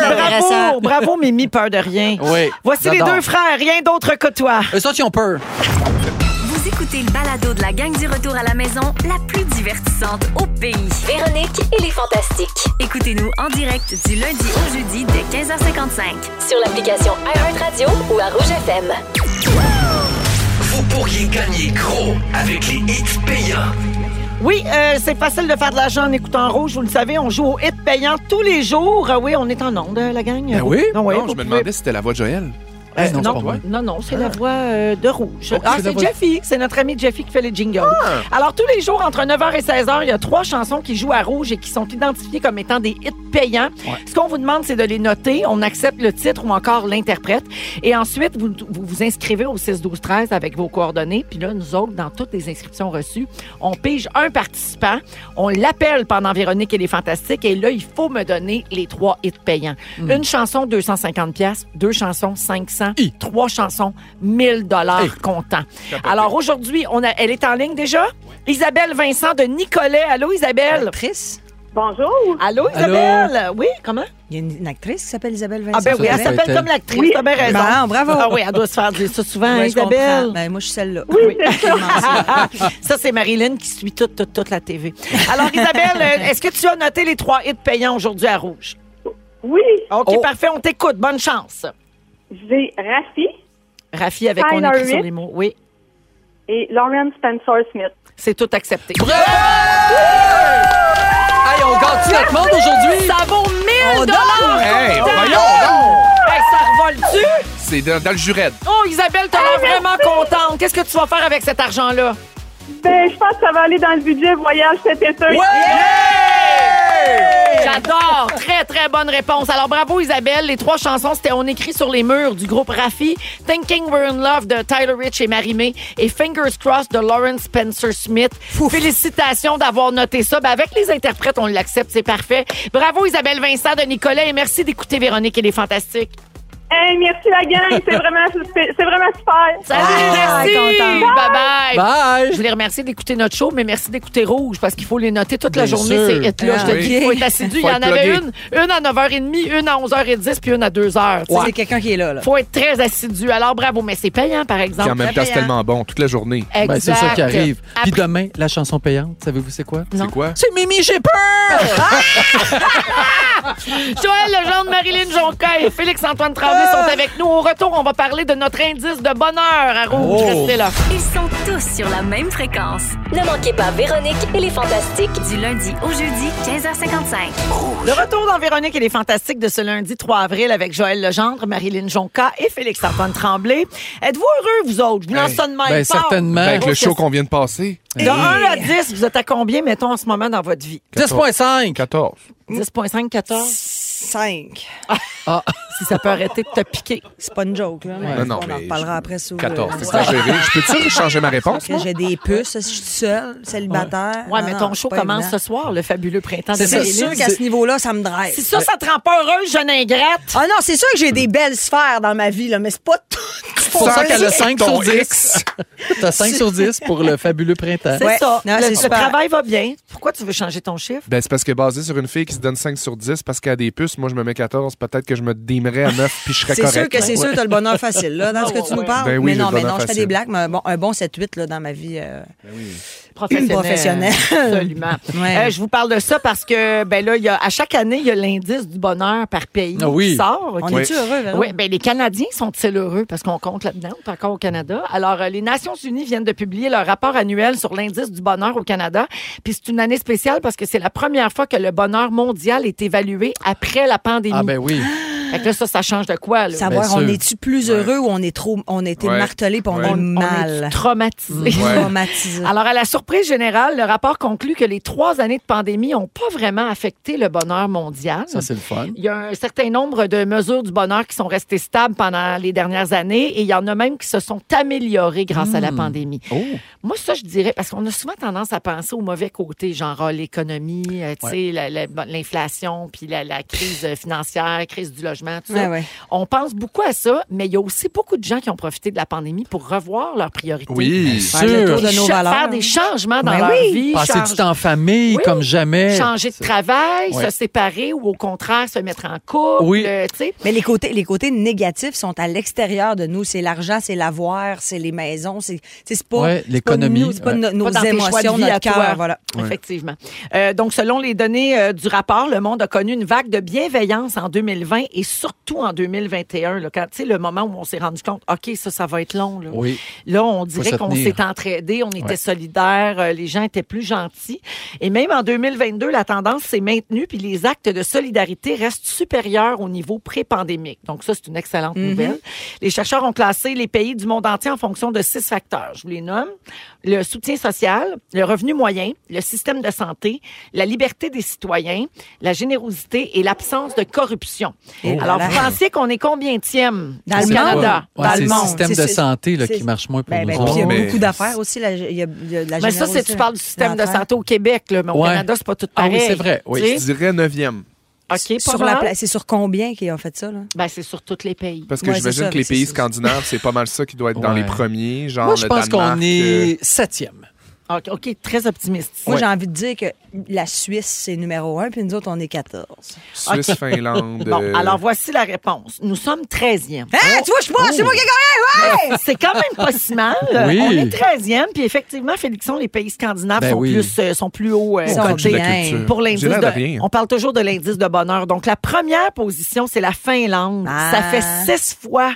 Bravo, Intéressant. bravo, Mimi, peur de rien. Oui, Voici les j'adore. deux frères, rien d'autre que toi. Eux autres, ils ont peur. Vous écoutez le balado de la gang du retour à la maison, la plus divertissante au pays. Véronique et les Fantastiques. Écoutez-nous en direct du lundi au jeudi dès 15h55. Sur l'application iHeartRadio ou à Rouge FM. Vous pourriez gagner gros avec les hits payants. Oui, euh, c'est facile de faire de l'argent en écoutant Rouge. Vous le savez, on joue au hit payant tous les jours. Ah oui, on est en onde, la gang. Ben oui. Ah oui, Non, vous je me pouvez- demandais si c'était la voix de Joël. Ah, Eh, non, non, c'est pas non, moi. non, c'est la voix euh, de Rouge. Oh, ah, c'est la c'est voix- Ah. Jeffy, c'est notre ami Jeffy qui fait les jingles. Alors, tous les jours, entre 9h et 16h, il y a trois chansons qui jouent à Rouge et qui sont identifiées comme étant des hits payants. Ce qu'on vous demande, c'est de les noter. On accepte le titre ou encore l'interprète. Et ensuite, vous vous, vous inscrivez au 6-12-13 avec vos coordonnées. Puis là, nous autres, dans toutes les inscriptions reçues, on pige un participant. On l'appelle pendant Véronique et les Fantastiques. Et là, il faut me donner les trois hits payants. Une chanson, 250 pièces. Deux chansons, 500. Hi. Trois chansons, 1000 dollars Hey. comptant. Alors aujourd'hui, on a, elle est en ligne déjà. Isabelle Vincent de Nicolet. Allô, Isabelle? Actrice. Bonjour. Allô? Allô, Isabelle? Oui, comment? Il y a une, une actrice qui s'appelle Isabelle Vincent. Ah ben oui, elle ça doit être s'appelle elle. comme l'actrice. Oui. T'as bien raison. Bon, bravo. Ah oui, elle doit se faire dire ça souvent, hein, Ouais, je Isabelle. comprends. Ben, moi, je suis celle-là. Oui, c'est ça. ça, c'est Marilyn qui suit toute, toute, toute la TV. Alors, Isabelle, euh, est-ce que tu as noté les trois hits payants aujourd'hui à Rouge? Oui, OK, Oh. parfait, on t'écoute. Bonne chance. j'ai Rafi Rafi, avec Tyler on écrit sur Rick. les mots. Oui, et Lauren Spencer Smith. c'est tout accepté. Hey, on garde notre monde aujourd'hui? Oh, Ça vaut 1000 dollars! Hey, voyons donc! Hey, ça revole-tu? C'est dans, dans le jurette. Oh, Isabelle, t'as l'air vraiment contente. Qu'est-ce que tu vas faire avec cet argent-là? Ben, je pense que ça va aller dans le budget voyage cet été. J'adore! Très, très bonne réponse. Alors, bravo, Isabelle. Les trois chansons, c'était On écrit sur les murs du groupe Raffi, Thinking We're in Love de Tyler Rich et Marie-Mé et Fingers Crossed de Lawrence Spencer Smith. Félicitations d'avoir noté ça. Ben, avec les interprètes, on l'accepte, c'est parfait. Bravo, Isabelle Vincent de Nicolas et merci d'écouter Véronique et les Fantastiques. Hey, merci la gang, c'est vraiment, c'est vraiment super. Salut, merci! contente. Bye-bye! Bye! Je les remercie d'écouter notre show, mais merci d'écouter Rouge parce qu'il faut les noter toute la Bien journée, sûr. ces hits-là. Je te Ah, dis, oui. il faut être assidu. Il y Faut en être avait une, plugué. une à 9h30, une à 11h10, puis une à 2h. Ça, C'est quelqu'un qui est là. là. Il faut être très assidu. Alors, bravo, mais c'est payant, par Puis en exemple. même temps, c'est tellement bon, toute la journée. Eh, Exact. Ben, c'est ça qui arrive. Puis Après- demain, la chanson payante, savez-vous c'est quoi? Non. C'est Euh, quoi? C'est Mimi, j'ai peur! Joël Legendre, Marilyn Jonca et Félix-Antoine Tremblay sont avec nous. Au retour, on va parler de notre indice de bonheur à Rouge. Oh. Restez là. Ils sont tous sur la même fréquence. Ne manquez pas Véronique et les Fantastiques. Du lundi au jeudi, 15h55. De retour dans Véronique et les Fantastiques de ce lundi 3 avril avec Joël Legendre, Marilyn Jonca et Félix-Antoine Tremblay. Êtes-vous heureux, vous autres? Je vous lance Hey. ça de même. Ben, Fort. certainement. Ben, avec le oh, grosse show qu'on vient de passer, Eh, De 1 à 10, vous êtes à combien, mettons, en ce moment dans votre vie? 10.5! 14. Euh, Mm. 10.5, 14? Cinq. Si ça peut arrêter de te piquer. C'est pas une joke, là. mais Non, non, on en mais reparlera je- après sur. 14. euh, C'est exagéré. Je peux-tu changer ma réponse? que j'ai des puces, je suis seule, célibataire. Ouais, Non, mais non, ton c'est show pas commence évident. ce soir, le fabuleux printemps de C'est C'est ce- sûr Marilyn. qu'à ce niveau-là, ça me drive. Si ça, ça te rend pas heureuse, jeune ingrate? Ah non, c'est sûr que j'ai des belles sphères dans ma vie, là, mais c'est pas tout. C'est pour ça qu'elle a 5 Cinq, sur ton 10. X. T'as 5 sur 10 pour le fabuleux printemps. C'est Ouais. ça. Non, le, c'est le super. travail va bien. Pourquoi tu veux changer ton chiffre? Ben, c'est parce que basé sur une fille qui se donne 5 sur 10 parce qu'elle a des puces, moi je me mets 14, peut-être que je me démerais à 9 puis je serais C'est correct. sûr que c'est sûr que t'as le bonheur facile, là, dans ce que tu nous parles. Ben oui, mais j'ai non, le mais non, bonheur je fais des facile. blagues, mais bon, un bon 7-8, là, dans ma vie. euh, Professionnel. Professionnel. Absolument. Ouais. Euh, je vous parle de ça parce que, ben là, il y a, à chaque année, il y a l'indice du bonheur par pays Ah oui. qui sort. On qui- est-tu heureux, Véro? Oui, ben les Canadiens sont-ils heureux parce qu'on compte là-dedans, on est encore au Canada. Alors, euh, les Nations Unies viennent de publier leur rapport annuel sur l'indice du bonheur au Canada. Puis c'est une année spéciale parce que c'est la première fois que le bonheur mondial est évalué après la pandémie. Ah ben oui. Fait que là, ça, ça change de quoi, là? Savoir, Bien sûr. on est-tu plus heureux ou on est trop. On a été Ouais. martelé puis on Ouais. est On- on mal. est Ah. traumatisé. Ouais. Traumatisé. Alors, à la surprise générale, le rapport conclut que les trois années de pandémie n'ont pas vraiment affecté le bonheur mondial. Ça, c'est le fun. Il y a un certain nombre de mesures du bonheur qui sont restées stables pendant les dernières années et il y en a même qui se sont améliorées grâce à la pandémie. Oh. Moi, ça, je dirais, parce qu'on a souvent tendance à penser au mauvais côté, genre ah, l'économie, euh, tu sais, la- la- l'inflation, puis la, la crise euh, financière, crise du logement, tout ça. Ouais, ouais. On pense beaucoup à ça, mais il y a aussi beaucoup de gens qui ont profité de la pandémie pour revoir leurs priorités. Oui. Faire le tour Sûr. de nos Cha- valeurs. Faire des changements dans Ben leur oui. vie. Passer change- du temps en famille Oui. comme jamais. changer de travail, Ouais. se séparer ou au contraire se mettre en couple. Oui. euh, tu sais. Mais les côtés, les côtés négatifs sont à l'extérieur de nous. C'est l'argent, c'est l'avoir, c'est les maisons, c'est tu sais, c'est pas Ouais, c'est pas l'économie, nous, c'est pas ouais. no- nos Pas dans tes choix de émotions, vie à notre toi. cœur, voilà. Effectivement. Euh, donc, selon les données euh, du rapport, le monde a connu une vague de bienveillance en 2020 et surtout en 2021, là, quand, tu sais, le moment où on s'est rendu compte, OK, ça, ça va être long. Là, Oui. Là, on dirait se qu'on tenir. s'est entraidés, on était Ouais. solidaires, euh, les gens étaient plus gentils. Et même en 2022, la tendance s'est maintenue, puis les actes de solidarité restent supérieurs au niveau pré-pandémique. Donc ça, c'est une excellente Mm-hmm. nouvelle. Les chercheurs ont classé les pays du monde entier en fonction de six facteurs. Je vous les nomme. Le soutien social, le revenu moyen, le système de santé, la liberté des citoyens, la générosité et l'absence de corruption. Alors, Oh là vous pensez qu'on est combien Dans au le Canada? monde. Dans c'est le monde. système C'est- de c'est- santé là, c'est- qui marche moins pour Ben, ben, nous puis il y a autres. mais- beaucoup d'affaires aussi. la- Il y a, il y a de la Mais ça, c'est générosité tu parles du système de santé au Québec, là, mais au Ouais. Canada, c'est pas tout Ah oui, pareil. c'est vrai, oui. Tu sais? Je dirais neuvième. OK, pas Sur la mal. pla- C'est sur combien qu'ils ont fait ça? Là? Ben, c'est sur tous les pays. Parce que Ouais, c'est j'imagine ça, que les mais c'est pays ça. scandinaves, c'est pas mal ça qui doit être dans Ouais. les premiers. Genre Moi, je le pense qu'on Danemark, euh, est septième. OK, OK, très optimiste. Moi, j'ai envie de dire que la Suisse, c'est numéro un, puis nous autres, on est 14. Oh! Suisse, Finlande. Bon, euh, alors voici la réponse. Nous sommes 13e. Hein? Tu vois, je suis pas, Oh! c'est moi qui ai gagné! Ouais! C'est quand même pas si mal. Oui. On est 13e. Puis effectivement, Félixon, les pays scandinaves Ben sont, oui. plus, euh, sont plus hauts. euh, Ils quand sont tu dis la bien. culture. pour l'indice J'ai l'air de- de hein. rien. on parle toujours de l'indice de bonheur. Donc la première position c'est la Finlande. Ah. Ça fait six fois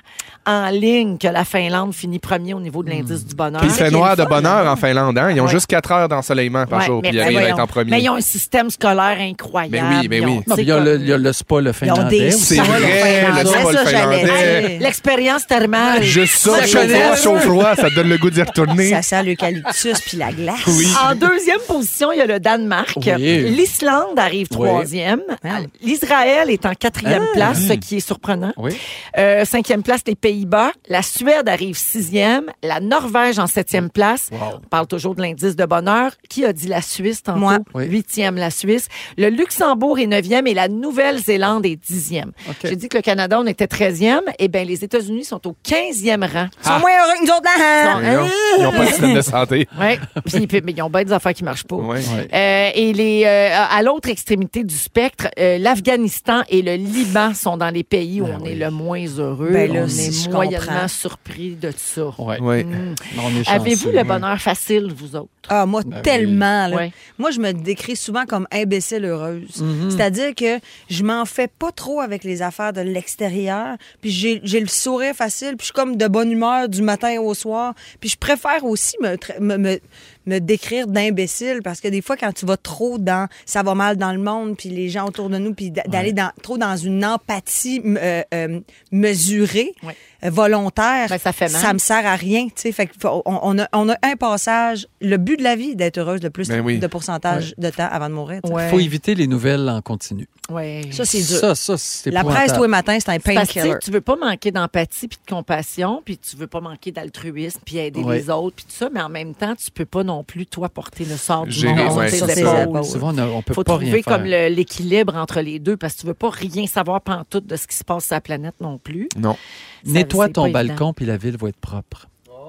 en ligne que la Finlande finit premier au niveau de l'indice du bonheur. Puis il fait qu'il y a noir le de fun, bonheur en Finlande. Hein? Ils ont Ouais. juste 4 heures d'ensoleillement par Ouais, jour. mais- Puis ils mais arrivent à être voyons. en premier. Mais ils ont un système scolaire incroyable. Mais oui, mais Ils ont- oui. Non, puis il y a c'est le, comme- il y a le spa le finlandais. des aussi. C'est Ah ouais, vrai, le le Finlandais, sport ça, j'allais finlandais. dire. L'expérience thermale. Juste ça, Ça chaud connaît. froid, chaud froid, ça te donne le goût d'y retourner. Ça sent l'eucalyptus puis la glace. Oui. En deuxième position, il y a le Danemark. Oui. L'Islande arrive Oui. Ah. troisième. Ah. L'Israël est en quatrième place, ce qui est surprenant. Hmm. Oui. Euh, cinquième place, les Pays-Bas. La Suède arrive sixième. La Norvège en septième place. On parle toujours de l'indice de bonheur. Qui a dit la Suisse tantôt? Moi. Oui. Huitième, la Suisse. Le Luxembourg est neuvième et la Nouvelle-Zélande est dixième. OK. J'ai dit que le Canada, on était treizième. Eh bien, les États-Unis sont au quinzième rang. Ils sont moins heureux que nous autres, là. hein? Mais non, Ils n'ont pas de système de santé. Ouais. Puis, puis, mais ils ont bien des affaires qui marchent pas. Ouais. Ouais. Euh, et les, euh, à l'autre extrémité du spectre, euh, l'Afghanistan et le Liban sont dans les pays où on est le moins heureux. Ben là, on si est je moyennement comprends. surpris de ça. Hmm. Ouais. Ouais. On est Avez-vous chanceux. le bonheur facile, vous autres? Ah, moi, Ben oui. tellement. Hein, là. Ouais. Moi, je me décris souvent comme imbécile heureuse. Mhm. C'est-à-dire que je m'en fais pas trop avec les affaires de l'extérieur. Puis j'ai j'ai le sourire facile. Puis je suis comme de bonne humeur du matin au soir. Puis je préfère aussi me, tra- me, me- me décrire d'imbécile parce que des fois, quand tu vas trop dans ça va mal dans le monde, puis les gens autour de nous, puis d'a- d'aller dans, trop dans une empathie m- euh, euh, mesurée, Ouais. euh, volontaire, Ben, ça fait mal. ça me sert à rien. tu sais. Fait que faut- on, on a, on a un passage, le but de la vie, d'être heureuse le plus Ben oui. de pourcentage de temps avant de mourir. tu sais. Il faut éviter les nouvelles en continu. Ouais. Ça, c'est dur. Ça, ça, c'est la presse, tous les épouvantable. matins, c'est un Parce que tu painkiller. sais, tu veux pas manquer d'empathie puis de compassion, puis tu veux pas manquer d'altruisme puis aider Ouais. les autres puis tout ça, mais en même temps, tu peux pas non plus toi porter le sort du Gérer, monde ouais, sur sur tes ses épaules. épaules. Souvent, on a- on peut faut pas trouver rien faire. comme le- l'équilibre entre les deux parce que tu veux pas rien savoir pantoute de ce qui se passe sur la planète non plus. Non. Ça, Nettoie c'est ton pas balcon, puis la ville va être propre. évident.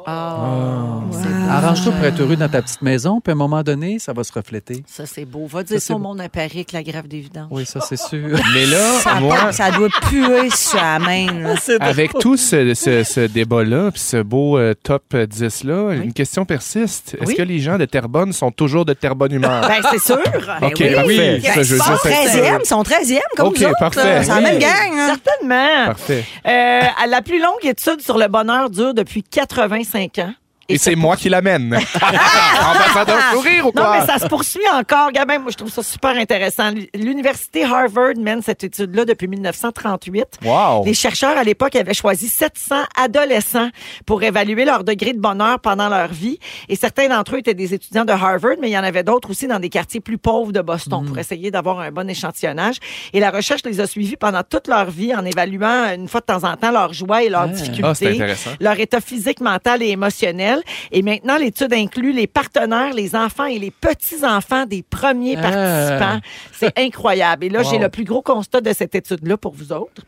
Ah, c'est beau. Arrange-toi pour être heureux dans ta petite maison, puis à un moment donné, ça va se refléter. Ça, c'est beau. Va dire c'est ça au beau. monde à Paris avec la grève des vidanges. Oui, ça, c'est sûr. Mais là, ça, moi, ça doit puer sur la main. là. avec tout ce, ce- ce débat-là, puis ce beau euh, top 10-là, une question persiste. Est-ce Oui. que les gens de Terrebonne sont toujours de très bonne humeur? Ben, c'est sûr. OK, parfait. Ça, je veux Ils sont juste être- 13e, ils sont 13e, comme OK, nous autres. parfait. là. C'est la Oui. même gang. hein. Certainement. Parfait. Euh, à la plus longue étude sur le bonheur dure depuis 85 ans. Et c'est moi qui l'amène. en passant d'un sourire ou Non, quoi? mais ça se poursuit encore. Gabin, moi, je trouve ça super intéressant. L'Université Harvard mène cette étude-là depuis 1938. Wow. Les chercheurs à l'époque avaient choisi 700 adolescents pour évaluer leur degré de bonheur pendant leur vie. Et certains d'entre eux étaient des étudiants de Harvard, mais il y en avait d'autres aussi dans des quartiers plus pauvres de Boston Mm. pour essayer d'avoir un bon échantillonnage. Et la recherche les a suivis pendant toute leur vie en évaluant une fois de temps en temps leur joie et leurs Ah, c'est difficultés, intéressant. leur état physique, mental et émotionnel. Et maintenant, l'étude inclut les partenaires, les enfants et les petits-enfants des premiers Ah. participants. C'est incroyable. Et là, j'ai Wow. le plus gros constat de cette étude-là pour vous autres.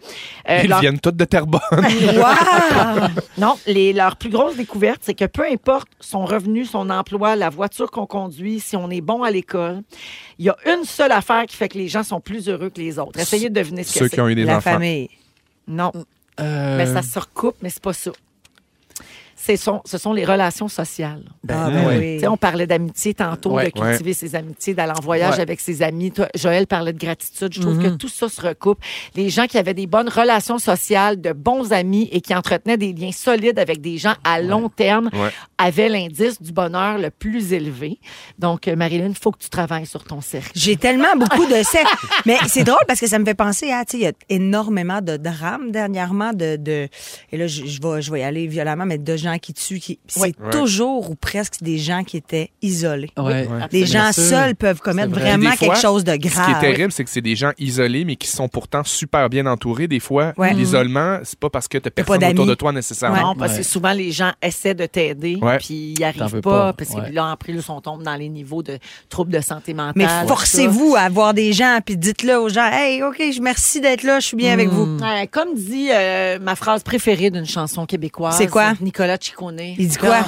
Euh, Ils leur- viennent tous de Terrebonne. non, les, leur plus grosse découverte, c'est que peu importe son revenu, son emploi, la voiture qu'on conduit, si on est bon à l'école, il y a une seule affaire qui fait que les gens sont plus heureux que les autres. Essayez de deviner ce que Ceux c'est. qui ont eu des La enfants. famille. Non, Euh, mais ça se recoupe, mais c'est pas ça. c'est son- ce sont les relations sociales. Ah, ben ouais. oui. Tu sais, on parlait d'amitié tantôt, Ouais. de cultiver ses amitiés, d'aller en voyage Ouais. Mhm. avec ses amis. Toi, Joël parlait de gratitude. Je trouve que tout ça se recoupe. Les gens qui avaient des bonnes relations sociales, de bons amis et qui entretenaient des liens solides avec des gens à long terme Ouais. avaient l'indice du bonheur le plus élevé. Donc, euh, Marilyn, il faut que tu travailles sur ton cercle. J'ai tellement beaucoup de sexe. Mais c'est drôle parce que ça me fait penser à, tu sais, il y a énormément de drames dernièrement, de, de et là, je, je vais, je vais y aller violemment, mais de gens qui tuent. Qui, c'est Ouais. toujours ou presque des gens qui étaient isolés. Ouais. Les gens Bien sûr. seuls peuvent commettre C'est vrai. vraiment Puis des fois, quelque chose de Ce qui est grave. terrible, c'est que c'est des gens isolés, mais qui sont pourtant super bien entourés. Des fois, Ouais. l'isolement, c'est pas parce que t'as T'as pas personne autour d'amis. de toi nécessairement. Non, parce que Ouais. souvent, les gens essaient de t'aider, Ouais. puis ils T'en arrivent veux pas, pas, parce que ouais. là, en plus, on tombe dans les niveaux de troubles de santé mentale. Mais tout ça. forcez-vous à voir des gens, puis dites-le aux gens, hey, OK, je merci d'être là, je suis bien avec vous. Ouais, comme dit euh, ma phrase préférée d'une chanson québécoise. C'est quoi? Nicolas Ciccone. Il dit quoi?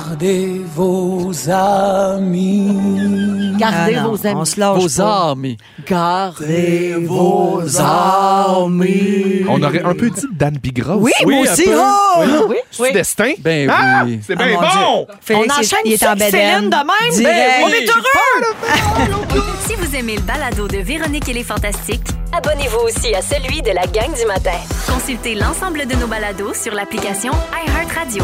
Gardez Ah non, vos amis. On se lâche Vos pas. armes. Gardez vos amis. On aurait un peu dit Dan Bigra Oui, aussi. Oui, moi un aussi, peu. oh! Ah Oui, Ah, C'est oui. destin. Ben Ah, oui. C'est Ah, bien mon bon. Dieu. On Félix, il- enchaîne il est ça en avec Céline bedaine. de même. Ben, Direct. On est heureux. Si vous aimez le balado de Véronique et les Fantastiques, Abonnez-vous aussi à celui de la gang du matin. consultez l'ensemble de nos balados sur l'application iHeartRadio.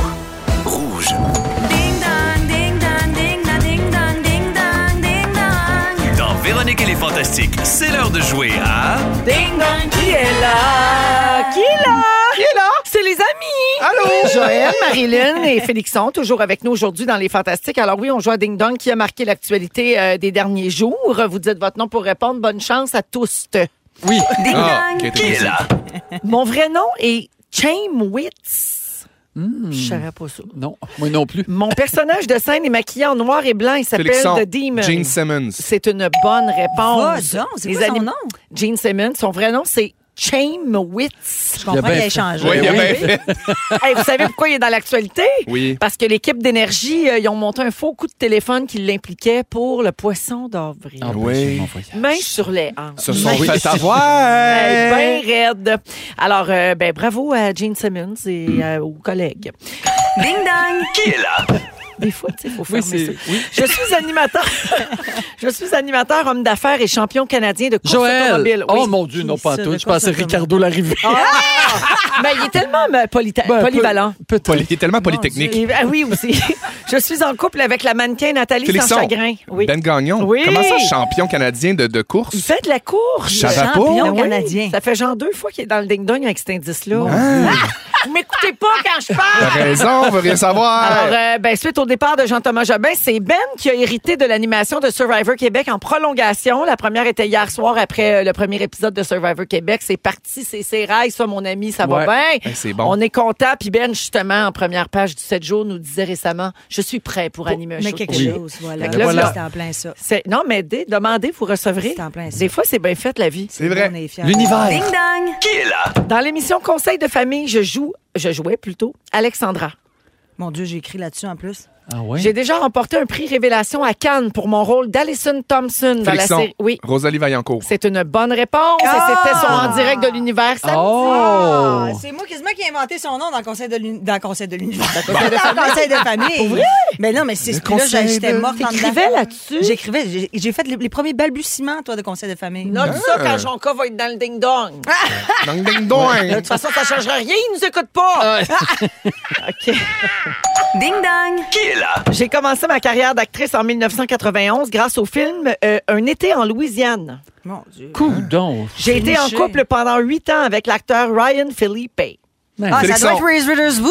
Rouge. Ding dong, ding dong, ding dong, ding dong, ding dong, ding dong. Dans Véronique et les Fantastiques, c'est l'heure de jouer à... Ding dong, qui est là? Qui est là? Qui est là? C'est les amis. Allô? Joël, Marilyn et Félixon, toujours avec nous aujourd'hui dans Les Fantastiques. Alors oui, on joue à Ding Dong qui a marqué l'actualité euh, des derniers jours. Vous dites votre nom pour répondre. Bonne chance à tous. Oui. Ding Ah, dong. ok, t'es Qui est là? Mon vrai nom est Chaimwitz. Hmm. Je savais pas ça. Non, moi non plus. Mon personnage de scène est maquillé en noir et blanc. Il s'appelle Félixon, The Demon. Gene Simmons. C'est une bonne Va réponse. donc, c'est Les quoi son anim- nom? Gene Simmons. Son vrai nom, c'est Chaimwitz. Je bien comprends qu'il a fait. échangé. Oui, il a Oui. bien fait. Hey, vous savez pourquoi il est dans l'actualité? Oui. Parce que l'équipe d'énergie, euh, ils ont monté un faux coup de téléphone qui l'impliquait pour le poisson d'avril. Ah, ben, Oui. c'est mon voyage. Main sur les hanches. Se sont Oui. fait avoir. Hey, ben raide. Alors, euh, ben, bravo à Gene Simmons et euh, aux collègues. Ding dong. Des fois, tu sais, faut Oui, fermer c'est. ça. Oui. Je suis animateur. je suis animateur, homme d'affaires et champion canadien de course automobile. Joël! Oui. Oh mon Dieu, non, Qui pas ça, tout. de Je quoi pensais ça Ricardo l'arrivée. Ah, Mais il est tellement euh, polita- Ben, polyvalent. peut- Peut-être. Il est tellement polytechnique. Et- ah oui, aussi. je suis en couple avec la mannequin Nathalie Félixon. Sans-Chagrin. Oui. Ben Gagnon. Oui. Comment ça, champion canadien de, de Il course? fait de la course. Je savais pas. Ben Champion oui. canadien. Ça fait genre deux fois qu'il est dans le ding-dong avec cet indice-là. Ah! Vous m'écoutez pas quand je T'as parle! raison, on veut rien savoir. Alors, euh, ben, suite au départ de Jean-Thomas Jobin, c'est Ben qui a hérité de l'animation de Survivor Québec en prolongation. La première était hier soir après euh, le premier épisode de Survivor Québec. C'est parti, c'est ses rails, ça, mon ami, ça va Ouais. bien. Hey, Ben, c'est bon. On est content. Puis Ben, justement, en première page du 7 jours, nous disait récemment, je suis prêt pour animer un Mais show. quelque Oui. chose, voilà. Fait que là, voilà. C'était en plein ça. C'est- Non, mais dé- demandez, vous recevrez. C'est en plein ça. Des fois, c'est bien fait, la vie. C'est vrai. On est fiers. Ding L'univers. dong. Dans l'émission Conseil de famille, je joue, je jouais plutôt, Alexandra. Mon Dieu, j'ai écrit là-dessus en plus. Ah ouais? J'ai déjà remporté un prix Révélation à Cannes pour mon rôle d'Alison Thompson dans la Félixon. série. Oui. Rosalie Vaillancourt. C'est une bonne réponse. Et c'était son en direct de l'univers samedi. Oh! Ah, c'est moi quasiment qui ai inventé son nom dans le conseil de l'uni- dans le conseil de l'univers. Dans le conseil de famille. Mais non, mais c'est ce là conseil j'étais de- morte en T'écrivais dedans. là-dessus? J'écrivais, j'ai- j'ai fait les, les premiers balbutiements, toi, de conseil de famille. Note ça quand Jonca va être dans le ding-dong. De Ding ding dong. toute façon, ça changera rien, il nous écoute pas. Ah! OK. Ding dong. J'ai commencé ma carrière d'actrice en 1991 grâce au film euh, Un été en Louisiane. Mon Dieu. Coudon. J'ai été en niché. couple pendant huit ans avec l'acteur Ryan Philippe. Ah, ça Félixon. doit être Reese Witherspoon.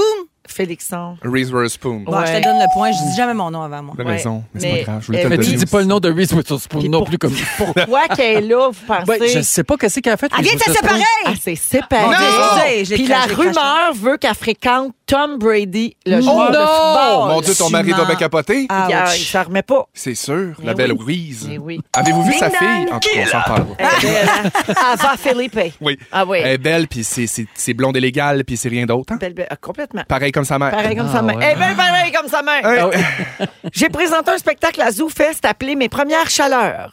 Félixon. Reese Witherspoon. Bon, Ouais. je te donne le point. Je dis jamais mon nom avant moi. T'as Ouais. raison, mais c'est Mais- pas grave. Je voulais te Mais le Mais tu donner. dis pas le nom de Reese Witherspoon Puis non pour- plus comme Pourquoi qu'elle est là, vous pensez? Ben, je sais pas qu'est-ce qu'elle a fait. Elle vient de se séparer! Ah, c'est séparé. Mon Dieu, Non! excusez, je l'ai Puis la craché, je l'ai craché. rumeur veut qu'elle fréquente Tom Brady, le Oh joueur de non! football. Mon Dieu, ton mari Sûrement. doit bien capoter. Il- ah, Il Ouch. s'en remet pas. C'est sûr, Mais la belle oui. Reese. Mais oui. Avez-vous vu Ding sa dong. fille? En tout cas, on s'en parlera. Elle est belle, hein? Elle va à Philippe. Oui. Ah oui. Elle est belle, puis c'est- c'est c'est blonde et légale, puis c'est rien d'autre. hein? Belle, belle. Ah, Complètement. Pareil comme sa mère. Ah. Pareil comme Ah, sa Eh mère. ouais. Elle est belle, pareil ben, comme sa Ah mère. Hey. J'ai présenté un spectacle à ZooFest appelé Mes premières chaleurs.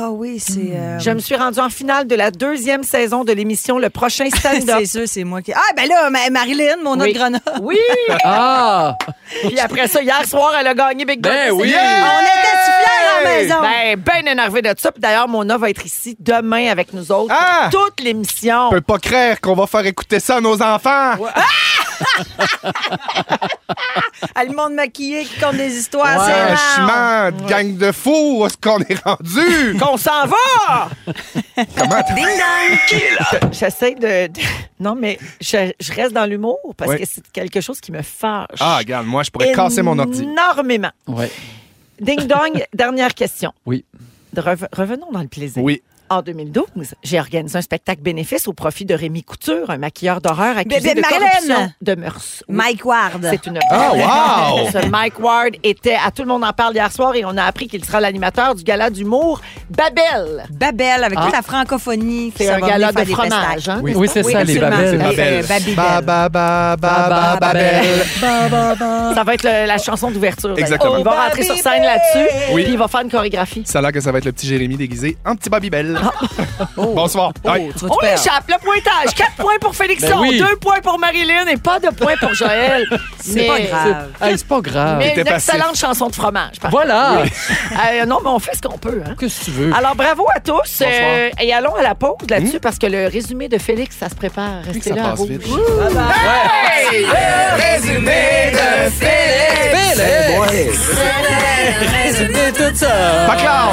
Ah oui, c'est. euh, Je me suis rendue en finale de la deuxième saison de l'émission Le Prochain Stand-Up. c'est sûr, c'est moi qui. Ah, ben là, ma- Marilyn, mon autre Oui. Grenoble. Oui! Ah! Puis après ça, hier soir, elle a gagné Big Brother. Ben C'est oui! Ah, On était soufflés à la maison. Ben, ben énervé de ça. Puis D'ailleurs, Mona va être ici demain avec nous autres pour Ah! toute l'émission. On peut pas croire qu'on va faire écouter ça à nos enfants. Ah, le monde maquillé qui compte des histoires, Ah. c'est rare. Franchement, gang de fous, où est-ce qu'on est rendu? Qu'on s'en va! Comment Ding dong! J'essaie de, de- Non, mais je, je reste dans l'humour parce Oui. que c'est quelque chose qui me fâche. Ah, regarde, moi, je pourrais casser mon ordi. Énormément. Ouais. Ding dong, dernière question. Oui. De rev- revenons dans le plaisir. Oui. En 2012, j'ai organisé un spectacle bénéfice au profit de Rémi Couture, un maquilleur d'horreur accusé Bébé de Marlène. corruption de mœurs. Oui. Mike Ward. C'est une. Oh, wow! Ce Mike Ward était à tout le monde en parle hier soir et on a appris qu'il sera l'animateur du gala d'humour Babel. Babel, avec Ah. toute la francophonie. qui C'est s'en un va gala venir de faire des fromage. pestaques. hein? Oui, Ah, oui, c'est ça, les absolument. babelles. Les- Babel. euh, Babybel. Ba, ba, ba, ba, ba, babel. Ça va être le- la chanson d'ouverture. d'ailleurs. Exactement. Il va rentrer sur scène là-dessus Oui. puis il va faire une chorégraphie. Ça a l'air que ça va être le petit Jérémy déguisé en petit Babybel. Bonsoir. Oh. Ouais. Tu vas te On perdre. échappe le pointage. 4 points pour Ben Félixon, oui. 2 points pour Marilyn et pas de points pour Joël. C'est pas grave. Hey, c'est pas grave. Mais T'étais une passif. excellente chanson de fromage. par Voilà! contre. Euh, non, mais on fait ce qu'on peut. Hein? Qu'est-ce que tu veux? Alors, bravo à tous. Bonsoir. euh, et allons à la pause là-dessus Mm. parce que le résumé de Félix, ça se prépare. Puis que Restez ça là. à passe Rouge. vite. Résumé de Félix. Résumez tout ça! Pas clair.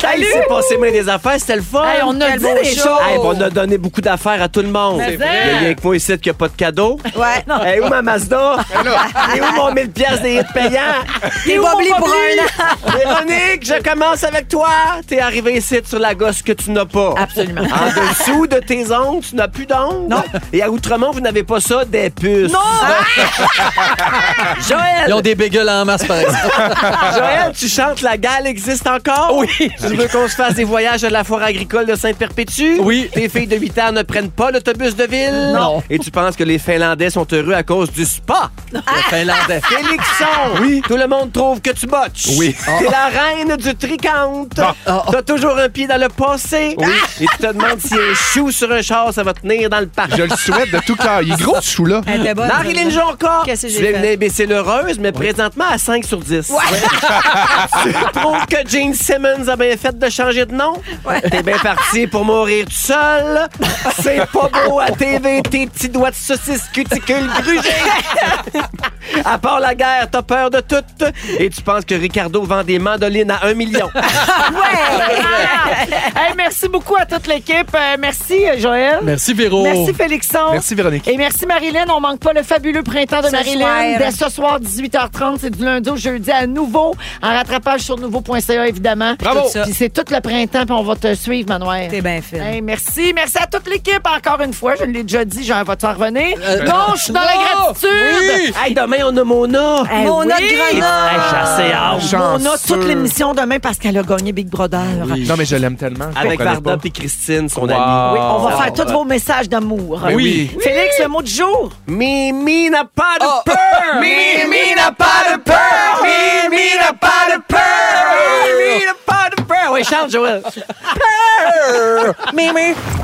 Salut! Il s'est passé bien des affaires, c'était le fun. Hey, on a Quel dit beau des show. choses. Hey, ben, on a donné beaucoup d'affaires à tout le monde. Mais Il y a rien que moi ici qui a pas de cadeau. Ouais. Hey, où ma Mazda? Et où mon 1000 pièces des hits payants? T'es boblé pour un an. Véronique, je commence avec toi. T'es arrivé ici sur la gosse que tu n'as pas. Absolument. En dessous de tes ongles, tu n'as plus d'ongles. Non. Et à Outremont, vous n'avez pas ça, des puces. Ah! Non! Ils Joël, ont des bagels en masse, par exemple. Joël, tu chantes La Gale existe encore? Oui. Tu veux qu'on se fasse des voyages à la foire agricole de Sainte-Perpétue? Oui. Tes filles de 8 ans ne prennent pas l'autobus de ville? Non. Et tu penses que les Finlandais sont heureux à cause du spa? Le finlandais. Félixon! Oui. Tout le monde trouve que tu botches. Oui. T'es la reine du tricante. Ah. T'as toujours un pied dans le passé. Oui. Et tu te demandes si un chou sur un char, ça va tenir dans le parc. Je le souhaite de tout cœur. Il est gros, ce chou-là. Elle était bonne. Marilyn Jonca, tu Qu'est-ce que j'ai es une fait? imbécile heureuse, mais présentement à 5 sur 10. tu trouves que Gene Simmons a bien fait de changer de nom? T'es bien parti pour mourir tout seul. C'est pas beau à TV, tes petits doigts de saucisse cuticule grugés. à part la guerre, t'as peur de tout. Et tu penses que Ricardo vend des mandolines à 1 million. Hey, merci beaucoup à toute l'équipe. Euh, merci, euh, Joël. Merci, oh. Véro. Merci, Félixon. Merci, Véronique. Et merci Marilyn, on manque pas le fabuleux printemps de Ce Marilyn soir. dès ce soir 18h30, c'est du lundi au jeudi à nouveau en rattrapage sur nouveau.ca évidemment. Bravo. ça. Puis c'est tout le printemps puis on va te suivre Manoir. T'es bien fine. Hey, merci, merci à toute l'équipe encore une fois, je l'ai déjà dit, j'en vais te faire revenir. Euh, Donc, je suis dans la non. gratitude. hey, demain, on a Mona. Eh Mon autre oui. Eh, Hey, Grenoble. j'ai assez hâte. On a Chanceux. toute l'émission demain parce qu'elle a gagné Big Brother. Oui. Non, mais je l'aime tellement. je Avec comprenais Varda pas. et Christine, son Wow. amie. Oui, on va Ah, faire ça tous vos messages d'amour. Ben oui. Félix, le mot du jour. Mimi n'a pas de peur! Mimi n'a pas de peur! Mimi n'a pas de peur! Mimi n'a pas de peur! Oui, chante, Joël.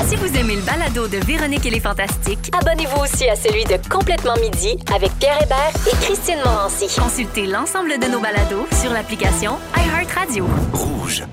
Si vous aimez le balado de Véronique et les Fantastiques, Abonnez-vous aussi à celui de Complètement Midi avec Pierre Hébert et Christine Morancy. consultez l'ensemble de nos balados sur l'application iHeartRadio. Rouge.